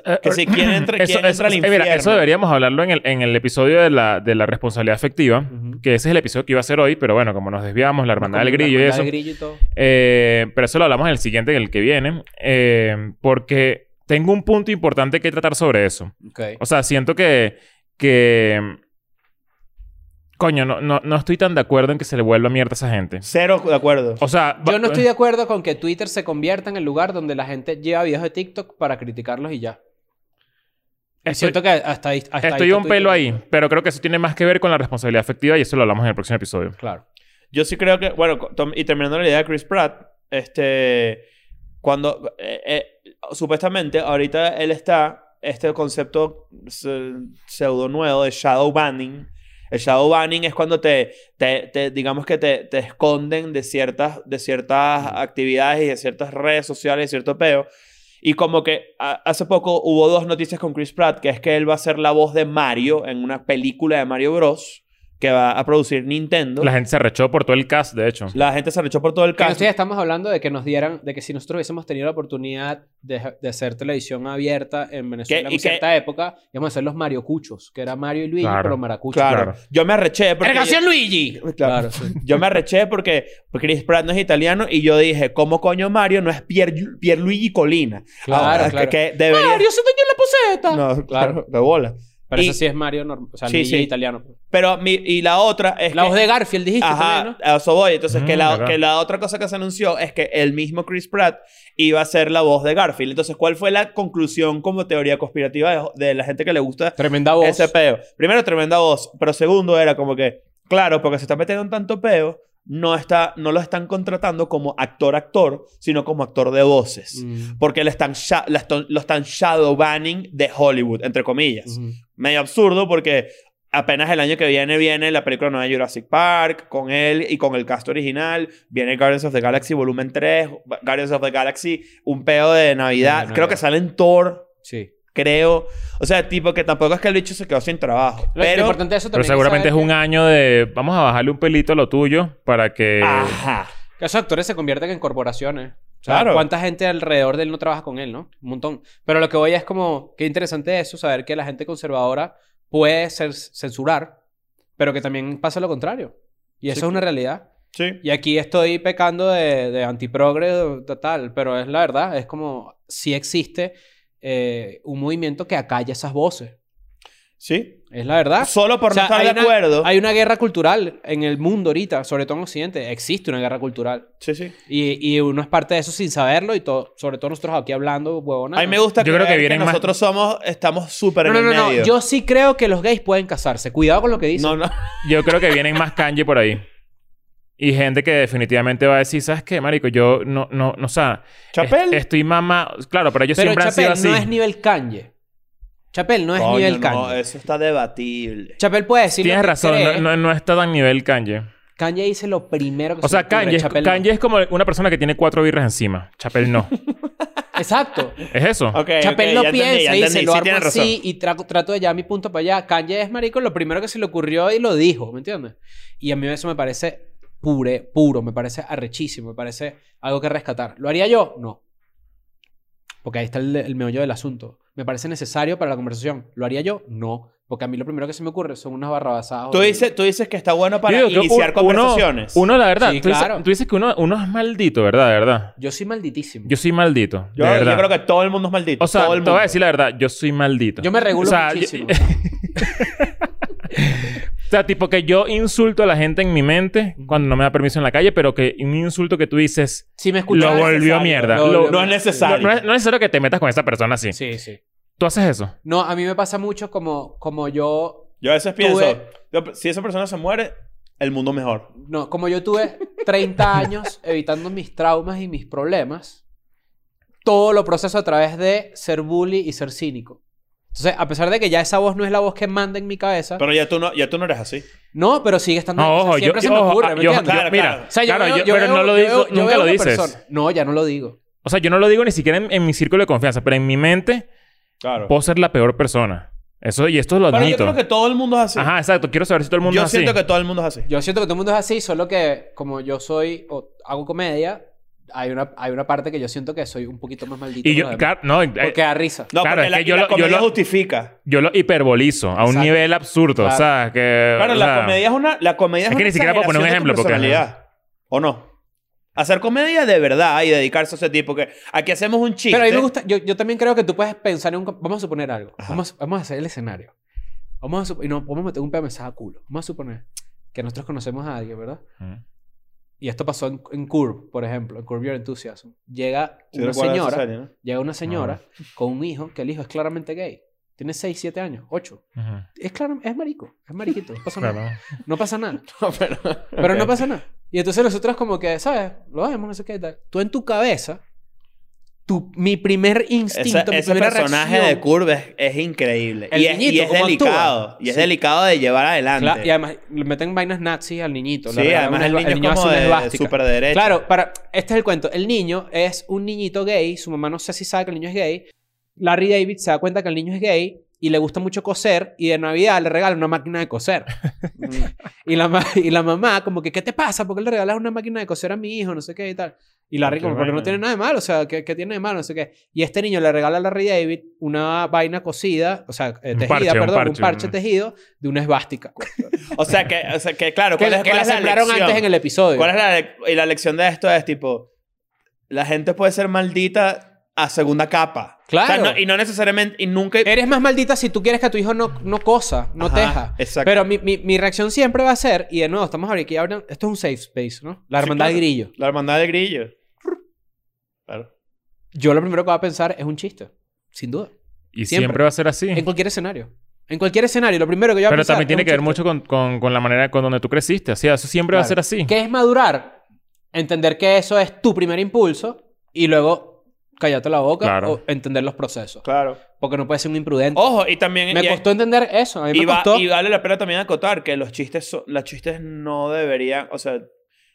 S1: Eh,
S2: Que si quién entra, quién entra al
S1: eh, mira,
S2: infierno.
S1: eso deberíamos hablarlo en el, en el episodio de la, de la responsabilidad afectiva.
S4: Ujú.
S1: Que ese es el episodio que iba a ser hoy, pero bueno, como nos desviamos, la hermandad del
S4: Con la
S1: grillo y
S4: hermandad
S1: eso.
S4: del grillo y todo.
S1: Eh, pero eso lo hablamos en el siguiente, en el que viene. Eh, porque tengo un punto importante que tratar sobre eso.
S4: Ok.
S1: O sea, siento que. que coño, no, no, no estoy tan de acuerdo en que se le vuelva mierda a esa gente.
S2: Cero de acuerdo.
S1: O sea. va- eh.
S4: Yo no estoy de acuerdo con que Twitter se convierta en el lugar donde la gente lleva videos de TikTok para criticarlos y ya.
S1: estoy-
S4: Es cierto que hasta ahí. hasta ahí
S1: Estoy
S4: está
S1: un
S4: Twitter.
S1: pelo ahí, pero creo que eso tiene más que ver con la responsabilidad afectiva y eso lo hablamos en el próximo episodio.
S4: Claro.
S2: Yo sí creo que, bueno, co- tom- y terminando la idea de Chris Pratt, este, cuando, eh, eh, supuestamente, ahorita él está, este concepto se- pseudo nuevo de shadow banning. El shadow banning es cuando te, te, te- digamos que te, te esconden de ciertas, de ciertas actividades y de ciertas redes sociales y cierto peo. Y como que a- hace poco hubo dos noticias con Chris Pratt, que es que él va a ser la voz de Mario en una película de Mario Bros. que va a producir Nintendo.
S1: La gente se rechó por todo el cast, de hecho.
S2: La gente se rechó por todo el
S4: Que
S2: caso.
S4: nosotros ya estamos hablando de que nos dieran, de que si nosotros hubiésemos tenido la oportunidad de, de hacer televisión abierta en Venezuela
S2: Que-
S4: en
S2: y que-
S4: cierta época, íbamos a hacer los Mario Cuchos, que era Mario y Luigi,
S1: Claro.
S4: pero maracuchos.
S2: Claro.
S1: Claro.
S2: Yo me arreché porque.
S4: ¡Ergación Luigi!
S2: Claro.
S4: Claro, sí.
S2: Yo me arreché porque porque Chris Pratt no es italiano y yo dije, ¿cómo coño Mario no es Pier, Pierluigi Colina?
S4: Claro,
S2: Ahora, que-
S4: claro.
S2: Que debería...
S4: ¡Mario se dañó la poseta!
S2: No, claro, de bola.
S4: Pero
S2: Y-
S4: eso sí es Mario normal, o sea,
S2: Sí,
S4: Luigi
S2: sí.
S4: italiano.
S2: Pero mi, y la otra es
S4: La
S2: que-
S4: voz de Garfield dijiste
S2: Ajá,
S4: también, ¿no?
S2: a eso voy. Entonces, que,
S1: Mm,
S2: la,
S1: verdad.
S2: que la otra cosa que se anunció es que el mismo Chris Pratt iba a ser la voz de Garfield. Entonces, ¿cuál fue la conclusión como teoría conspirativa de, de la gente que le gusta
S4: Tremenda voz.
S2: ese peo. Primero, tremenda voz. Pero segundo, era como que, claro, porque se está metiendo en tanto peo, no, está, no lo están contratando como actor-actor, sino como actor de voces.
S4: Mm.
S2: Porque le están, sha- la están- lo están shadow banning de Hollywood, entre comillas.
S4: Ujú.
S2: Medio absurdo porque apenas el año que viene viene la película nueva de Jurassic Park, con él y con el cast original. Viene Guardians of the Galaxy Volumen 3, Guardians of the Galaxy, un peo de Navidad. Creo
S4: De Navidad.
S2: que sale en Thor
S4: Sí.
S2: creo. O sea, tipo que tampoco es que el bicho se quedó sin trabajo.
S4: Lo- lo
S2: Pero.
S4: importante de eso
S1: Pero
S4: también
S1: seguramente es
S4: saber
S1: un
S4: que-
S1: año de vamos a bajarle un pelito a lo tuyo para que
S2: Ajá.
S4: Que esos actores se convierten en corporaciones. O sea,
S2: Claro.
S4: ¿Cuánta gente alrededor de él no trabaja con él, no? Un montón. Pero lo que voy es como, qué interesante eso, saber que la gente conservadora puede ser- censurar, pero que también pasa lo contrario. Y eso es una realidad.
S2: Sí.
S4: Y aquí estoy pecando de, de antiprogre total, pero es la verdad, es como, sí existe eh, un movimiento que acalla esas voces.
S2: Sí.
S4: Es la verdad.
S2: Solo por
S4: Ah, O sea,
S2: no estar
S4: hay
S2: de
S4: una-
S2: acuerdo.
S4: Hay una guerra cultural en el mundo ahorita, sobre todo en Occidente. Existe una guerra cultural.
S2: Sí, sí.
S4: Y, y uno es parte de eso sin saberlo y todo, sobre todo nosotros aquí hablando, huevona.
S2: A mí me gusta
S1: Yo creo que
S2: creer
S1: vienen más-
S2: nosotros somos, estamos súper
S4: No,
S2: en
S4: no,
S2: el
S4: no, no.
S2: medio.
S4: Yo sí creo que los gays pueden casarse. Cuidado con lo que dicen.
S2: no, no.
S1: yo creo que vienen más kanji por ahí. Y gente que definitivamente va a decir, ¿sabes qué, marico? Yo no, no, no, o sea,
S2: Chapel.
S1: es- estoy mamá. Claro, pero ellos
S4: Pero
S1: siempre
S4: Chapel
S1: han sido
S4: no
S1: así.
S4: es nivel Kanye. Chapel no es
S2: Coño,
S4: nivel
S2: no,
S4: Kanye.
S2: eso está debatible.
S4: Chapel puede decir lo
S1: Tienes
S4: que
S1: razón,
S4: cree.
S1: no, no- no está tan nivel kanji.
S4: Kanye dice lo primero que
S1: O
S4: se le
S1: sea,
S4: ocurre,
S1: kanji es,
S4: Pues Chapel no.
S1: Kanye es como una persona que tiene cuatro birras encima. Chapel no.
S4: Exacto.
S1: ¿Es eso?
S2: Ok,
S4: Chapel
S2: ok,
S4: no
S2: ya entendí,
S4: piensa
S2: ya
S4: y
S2: entendí.
S4: se lo
S2: Sí,
S4: arma
S2: tienes razón.
S4: así y tra- trato de llevar mi punto para allá. Kanye es marico lo primero que se le ocurrió y lo dijo, ¿me entiendes? Y a mí eso me parece pure, puro, me parece arrechísimo, me parece algo que rescatar. ¿Lo haría yo? No. Porque ahí está el, el meollo del asunto. Me parece necesario para la conversación. ¿Lo haría yo? No. Porque a mí lo primero que se me ocurre son unas barrabasadas.
S2: Tú dices, tú dices que está bueno para
S1: Yo digo que
S2: iniciar
S1: un-
S2: conversaciones.
S1: Uno, uno, la verdad,
S4: Sí,
S1: tú, dices-
S4: claro.
S1: tú dices que uno, uno es maldito, ¿verdad? De verdad.
S4: Yo soy malditísimo.
S1: Yo soy maldito.
S2: yo,
S1: de
S2: yo
S1: verdad.
S2: creo que todo el mundo es maldito.
S1: O sea,
S2: todo el
S1: te
S2: mundo.
S1: voy a decir la verdad, yo soy maldito.
S4: Yo me regulo
S1: O sea,
S4: muchísimo.
S1: yo- o sea, tipo que yo insulto a la gente en mi mente cuando no me da permiso en la calle, pero que un insulto que tú dices
S4: si me escuchas...
S1: lo volvió
S2: necesario,
S1: mierda.
S4: lo
S1: Lo-
S4: volvió
S2: No es necesario.
S1: no, es, no es necesario que te metas con esa persona así.
S4: Sí, sí.
S1: ¿Tú haces eso?
S4: No, a mí me pasa mucho como, como yo
S2: Yo a veces pienso,
S4: Tuve-
S2: yo- si esa persona se muere, el mundo mejor.
S4: No, como yo tuve 30 años evitando mis traumas y mis problemas, todo lo proceso a través de ser bully y ser cínico. Entonces, a pesar de que ya esa voz no es la voz que manda en mi cabeza,
S2: Pero ya tú no, ya tú no eres así.
S4: no, pero sigue estando.
S1: No,
S4: ahí. O sea,
S1: ojo, yo,
S4: siempre se
S1: yo-
S4: me
S1: ojo,
S4: ocurre,
S1: ah,
S4: ¿me
S1: yo-
S4: entiendes?
S1: yo-
S2: Claro,
S1: mira,
S2: claro.
S4: O sea, yo
S1: claro,
S4: veo-
S1: yo-
S4: yo
S1: pero
S4: veo-
S1: no lo
S4: yo
S1: digo,
S4: veo- yo
S1: nunca
S4: veo
S1: lo
S4: una
S1: dices.
S4: persona- No, ya no lo digo.
S1: O sea, yo no lo digo ni siquiera en, en mi círculo de confianza, pero en mi mente
S2: Claro.
S1: puedo ser la peor persona. Eso, y esto lo
S2: Pero yo
S1: admito.
S2: creo que todo el mundo es así.
S1: Ajá, exacto. Quiero saber si todo el mundo
S2: yo
S1: es así.
S2: siento que todo el mundo es así.
S4: Yo siento que todo el mundo es así, solo que como yo soy o hago comedia, hay una, hay una parte que yo siento que soy un poquito más maldito.
S1: Y
S4: que
S1: yo,
S4: los demás.
S1: claro, no, eh,
S4: porque da risa.
S2: No,
S1: Claro,
S2: porque
S1: es
S2: la,
S1: que
S2: y
S1: yo
S2: la
S1: lo- yo
S2: comedia
S1: lo-
S2: justifica.
S1: yo lo hiperbolizo a un
S4: Exacto.
S1: nivel absurdo.
S4: Claro.
S1: O sea, que.
S2: Claro,
S1: o
S2: la
S1: sea,
S2: comedia es una. La comedia es,
S1: es que
S2: una
S1: ni siquiera puedo poner un
S2: exageración de tu
S1: ejemplo, porque-
S2: personalidad, ¿O no? Hacer comedia de verdad y dedicarse a ese tipo. Que aquí hacemos un chiste.
S4: Pero a mí me gusta, yo, yo también creo que tú puedes pensar en un... co- Vamos a suponer algo. Vamos, vamos a hacer el escenario. Vamos a sup- y no, vamos a meter un pedo de mensaje a culo. Vamos a suponer que nosotros conocemos a alguien, ¿verdad?
S1: Ujú.
S4: Y esto pasó en, en Curb, por ejemplo, en Curb Your Enthusiasm. Llega
S2: Sí,
S4: una
S2: recuerdas esa
S4: señora,
S2: serie, ¿no?
S4: llega una señora con un hijo, que el hijo es claramente gay. Tiene 6, 7 años, 8.
S1: Ujú.
S4: Es claro, es marico, es mariquito, no pasa
S1: Claro.
S4: nada. No pasa nada.
S2: pero,
S4: Pero no pasa nada. Y entonces nosotros como que, ¿sabes? Lo vemos, no sé qué y tal. Tú en tu cabeza, tu, mi primer instinto,
S2: Ese,
S4: mi
S2: ese
S4: primera
S2: personaje
S4: reacción-
S2: de Curve es, es increíble.
S4: El
S2: y es, y
S4: niñito,
S2: es
S4: ¿cómo actúa?
S2: delicado. Y es
S4: Sí.
S2: delicado de llevar adelante.
S4: Cla- y además le meten vainas nazis al niñito. Le
S2: sí,
S4: regalan
S2: además
S4: una
S2: el
S4: esva-
S2: niño, es como
S4: hace una
S2: de
S4: esvástica.
S2: super derecho.
S4: Claro, para, este es el cuento. El niño es un niñito gay, su mamá no sé si sabe que el niño es gay. Larry David se da cuenta que el niño es gay y le gusta mucho coser y de Navidad le regala una máquina de coser. y, la ma- y la mamá como que, ¿qué te pasa? ¿Por qué le regalas una máquina de coser a mi hijo? No sé qué y tal. Y Larry
S1: Qué
S4: como, porque no
S1: vaina.
S4: tiene nada de malo, o sea, ¿qué, qué tiene de malo? No sé qué. Y este niño le regala a Larry David una vaina cosida, o sea, eh,
S1: Un
S4: tejida,
S1: parche, un
S4: perdón, un
S1: parche,
S4: parche,
S1: ¿no?
S4: tejido de una esvástica.
S2: O sea que, o sea que claro, ¿cuál
S4: que
S2: es,
S4: que
S2: cuál
S4: la
S2: es la
S4: sembraron
S2: lección?
S4: antes en el episodio.
S2: ¿Cuál es la, lec- y la lección de esto? Es tipo, la gente puede ser maldita a segunda capa.
S4: Claro.
S2: O sea, no- y no necesariamente, y nunca...
S4: Eres más maldita si tú quieres que a tu hijo no, no cosa, no
S2: Ajá,
S4: teja.
S2: exacto.
S4: Pero mi, mi, mi reacción siempre va a ser, y de nuevo, estamos ahorita aquí hablando, esto es un safe space, ¿no? La
S2: Sí,
S4: hermandad
S2: claro.
S4: del grillo.
S2: La hermandad del grillo. Claro.
S4: Yo lo primero que voy a pensar es un chiste, sin duda.
S1: Y
S4: Siempre.
S1: siempre. va a ser así.
S4: En cualquier escenario. En cualquier escenario, lo primero que yo voy a
S1: Pero
S4: pensar
S1: también tiene
S4: es un
S1: que ver
S4: chiste.
S1: mucho con, con, con la manera con donde tú creciste. O sea, eso siempre va a
S4: Claro.
S1: ser así.
S4: ¿Qué es madurar? Entender que eso es tu primer impulso y luego callarte la boca
S1: Claro. Oh,
S4: o entender los procesos.
S2: Claro.
S4: Porque no puedes ser un imprudente.
S2: Ojo, y también...
S4: me
S2: y-
S4: costó entender eso. A mí
S2: y,
S4: me
S2: va-
S4: costó.
S2: y vale la pena también acotar que los chistes, son- los chistes no deberían, o sea,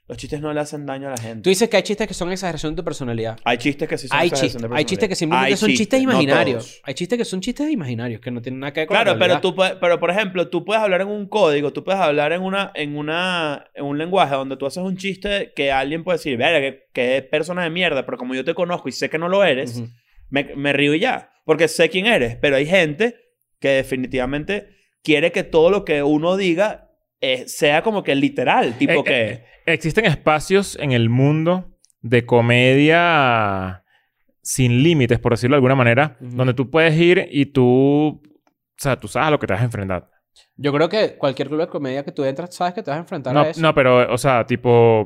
S2: los chistes no le hacen daño a la gente.
S4: Tú dices que hay chistes que son exageración de tu personalidad.
S2: Hay chistes que sí son
S4: hay
S2: exageración
S4: chistes,
S2: de
S4: hay chistes que
S2: personalidad.
S4: simplemente
S2: Hay
S4: son chistes
S2: no
S4: imaginarios.
S2: todos.
S4: hay chistes que son chistes imaginarios, que no tienen nada que ver con la
S2: Claro, pero
S4: realidad.
S2: tú puedes, pero por ejemplo, tú puedes hablar en un código, tú puedes hablar en una, en una, en un lenguaje donde tú haces un chiste que alguien puede decir, verga, que, que es persona de mierda, pero como yo te conozco y sé que no lo eres,
S4: Ujú.
S2: me, me río y ya, porque sé quién eres. Pero hay gente que definitivamente quiere que todo lo que uno diga eh, sea como que literal, tipo
S1: Eh,
S2: que.
S1: eh, existen espacios en el mundo de comedia sin límites, por decirlo de alguna manera,
S4: Ujú.
S1: donde tú puedes ir y tú, o sea, tú sabes a lo que te vas a enfrentar.
S4: Yo creo que cualquier club de comedia que tú entras, sabes que te vas a enfrentar
S1: No,
S4: a eso.
S1: no, pero, o sea, tipo,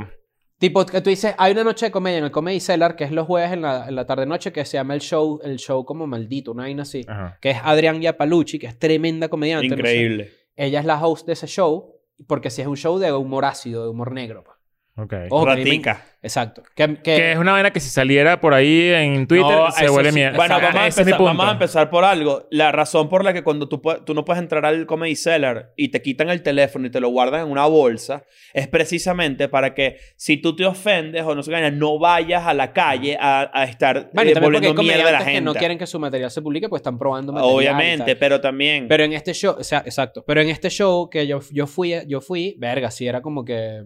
S4: Tipo, que tú dices, hay una noche de comedia en el Comedy Cellar, que es los jueves en la, en la tarde-noche, que se llama el show, el show como maldito, una
S2: Ah.
S4: vaina así.
S1: ajá.
S4: Que es Adrián Iapalucci, que es tremenda comediante. no sé.
S2: Increíble.
S4: Ella es la host de ese show, porque si es un show de humor ácido, de humor negro. pa.
S1: ok.
S4: Ojo, que a mí me-
S2: Ratica.
S4: Exacto. Que, que-
S1: que es una vaina que si saliera por ahí en Twitter
S4: No,
S1: se
S4: eso
S1: vuelve
S4: sí.
S1: mierda.
S2: Bueno,
S4: Exacto.
S2: vamos a,
S1: Ese es mi
S2: empezar,
S1: punto.
S2: vamos a empezar por algo. La razón por la que cuando tú, pu- tú no puedes entrar al Comedy Cellar y te quitan el teléfono y te lo guardan en una bolsa es precisamente para que si tú te ofendes o no se gana, no vayas a la calle a, a estar
S4: bueno,
S2: eh,
S4: y también porque hay
S2: volviendo mierda a la
S4: comediantes
S2: gente.
S4: que no quieren que su material se publique, pues están probando material. y tal.
S2: Obviamente, pero también.
S4: Pero en este show, o sea, exacto. Pero en este show que yo, yo fui, yo fui, verga, sí, era como que.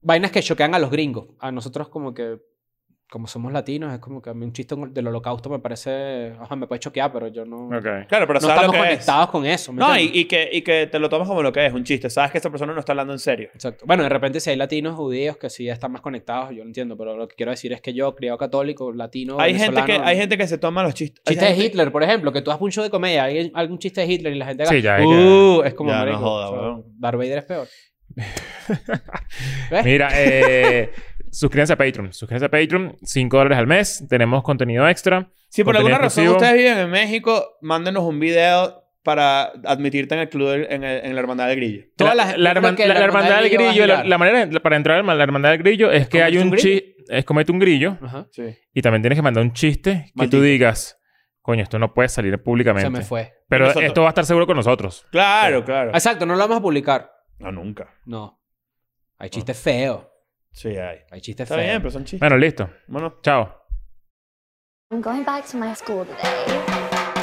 S4: Vainas que choquean a los gringos. A nosotros, como que. Como somos latinos, es como que a mí un chiste del holocausto me parece. Ajá, me puede choquear, pero yo no.
S1: Ok.
S2: claro, pero
S4: no
S2: sabes lo
S4: estamos
S2: que es.
S4: conectados con eso. ¿me
S2: No, y,
S4: entiendes?
S2: y que, y que te lo tomas como lo que es, un chiste. Sabes que esa persona no está hablando en serio.
S4: Exacto. Bueno, de repente, si hay latinos judíos que sí están más conectados, yo lo entiendo, pero lo que quiero decir es que yo, criado católico, latino.
S2: Hay gente, que,
S4: venezolano,
S2: hay gente que se toma los chistes. hay
S4: Chiste de
S2: gente-
S4: Hitler, por ejemplo, que tú haces un show de comedia, hay algún chiste de Hitler y la gente haga,
S1: Sí, ya, hay que-
S4: "Uh", es como
S2: Ya, no
S4: marico,
S2: joda,
S4: o sea,
S2: weón.
S4: Darth Vader es peor.
S1: Mira, eh, suscríbanse a Patreon. Suscríbanse a Patreon. 5 dólares al mes. Tenemos contenido extra.
S2: Si por
S1: Contenido
S2: alguna razón
S1: exclusivo.
S2: ustedes viven en México, mándenos un video para admitirte en el club, del- en, el- en la hermandad del grillo.
S4: Todas
S1: la,
S4: las-
S1: la
S4: yo creo
S1: herman-
S4: que
S1: la-
S4: la
S1: la hermandad del
S4: va a
S1: grillo, la,
S4: girar.
S1: la manera de- para entrar a la hermandad del grillo es que hay
S4: comerte
S1: un
S4: un grillo?
S1: chiste, es comete un grillo
S4: Ajá.
S2: Sí.
S1: y también tienes que mandar un chiste que
S2: Maldito.
S1: tú digas, coño, esto no puede salir públicamente.
S4: Se me fue.
S1: Pero
S2: Nosotros-
S1: esto va a estar seguro con nosotros.
S2: Claro, claro.
S4: Exacto, no lo vamos a publicar.
S2: No, nunca.
S4: No. Hay chistes feos.
S2: Sí, hay.
S4: Hay chistes
S2: Está
S4: feos.
S2: bien, pero son chistes.
S1: Bueno, listo.
S2: Bueno.
S1: Chao.
S3: I'm going back to my school today.